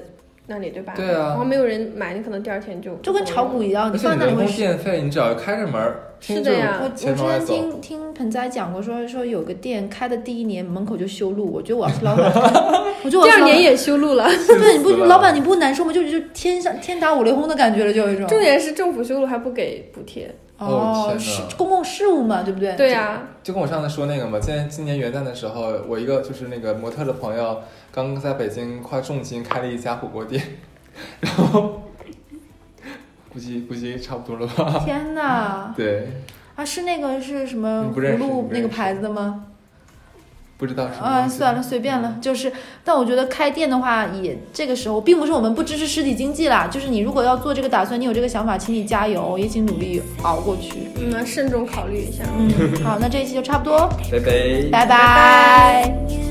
S2: 那里，对吧？
S1: 对啊
S2: 然后没有人买，你可能第二天就
S3: 就跟炒股一样，
S1: 而
S3: 你
S1: 且
S3: 放
S1: 你
S3: 那里
S1: 人工
S3: 会是
S1: 电费，你只要开着门儿，听
S2: 是
S1: 就
S2: 的呀
S3: 我我之
S1: 钱往外走。
S3: 前听听盆栽讲过说，说有个店开的第一年门口就修路，我觉得我要是老板， *laughs* 我觉得我
S2: 第
S3: 要是
S2: 二
S3: 老
S2: 年
S3: 板，
S2: 也修路了。
S3: *laughs*
S1: 啊
S3: 对，你不
S1: 气死了
S3: 老板你不难受吗？就就天上天打五雷轰的感觉了，就有一种
S2: 重点是政府修路还不给补贴。
S1: 哦
S3: 哦
S1: 天，
S3: 是
S1: 哪
S3: 公共事务嘛，对不对？
S2: 对啊呀、
S1: 就跟我上次说那个嘛，今年今年元旦的时候，我一个就是那个模特的朋友，刚在北京花重金开了一家火锅店，然后 *laughs* 估计 *laughs* 估计差不多了吧？
S3: 天哪！
S1: 对，
S3: 啊，是那个是什么
S1: 你不认
S3: 葫
S1: 识你
S3: 芦
S1: 不
S3: 那个
S1: 认识
S3: 牌子的吗？
S1: 不知道什么。
S3: 啊，算了，。随便了。就是，但我觉得开店的话也，这个时候并不是我们不支持实体经济啦。就是你如果要做这个打算，你有这个想法，请你加油，也请努力熬过去。
S1: *laughs*
S2: 嗯，慎重考虑一下。
S3: 嗯，好，那这一期就差不多，
S1: 拜拜。
S3: 拜拜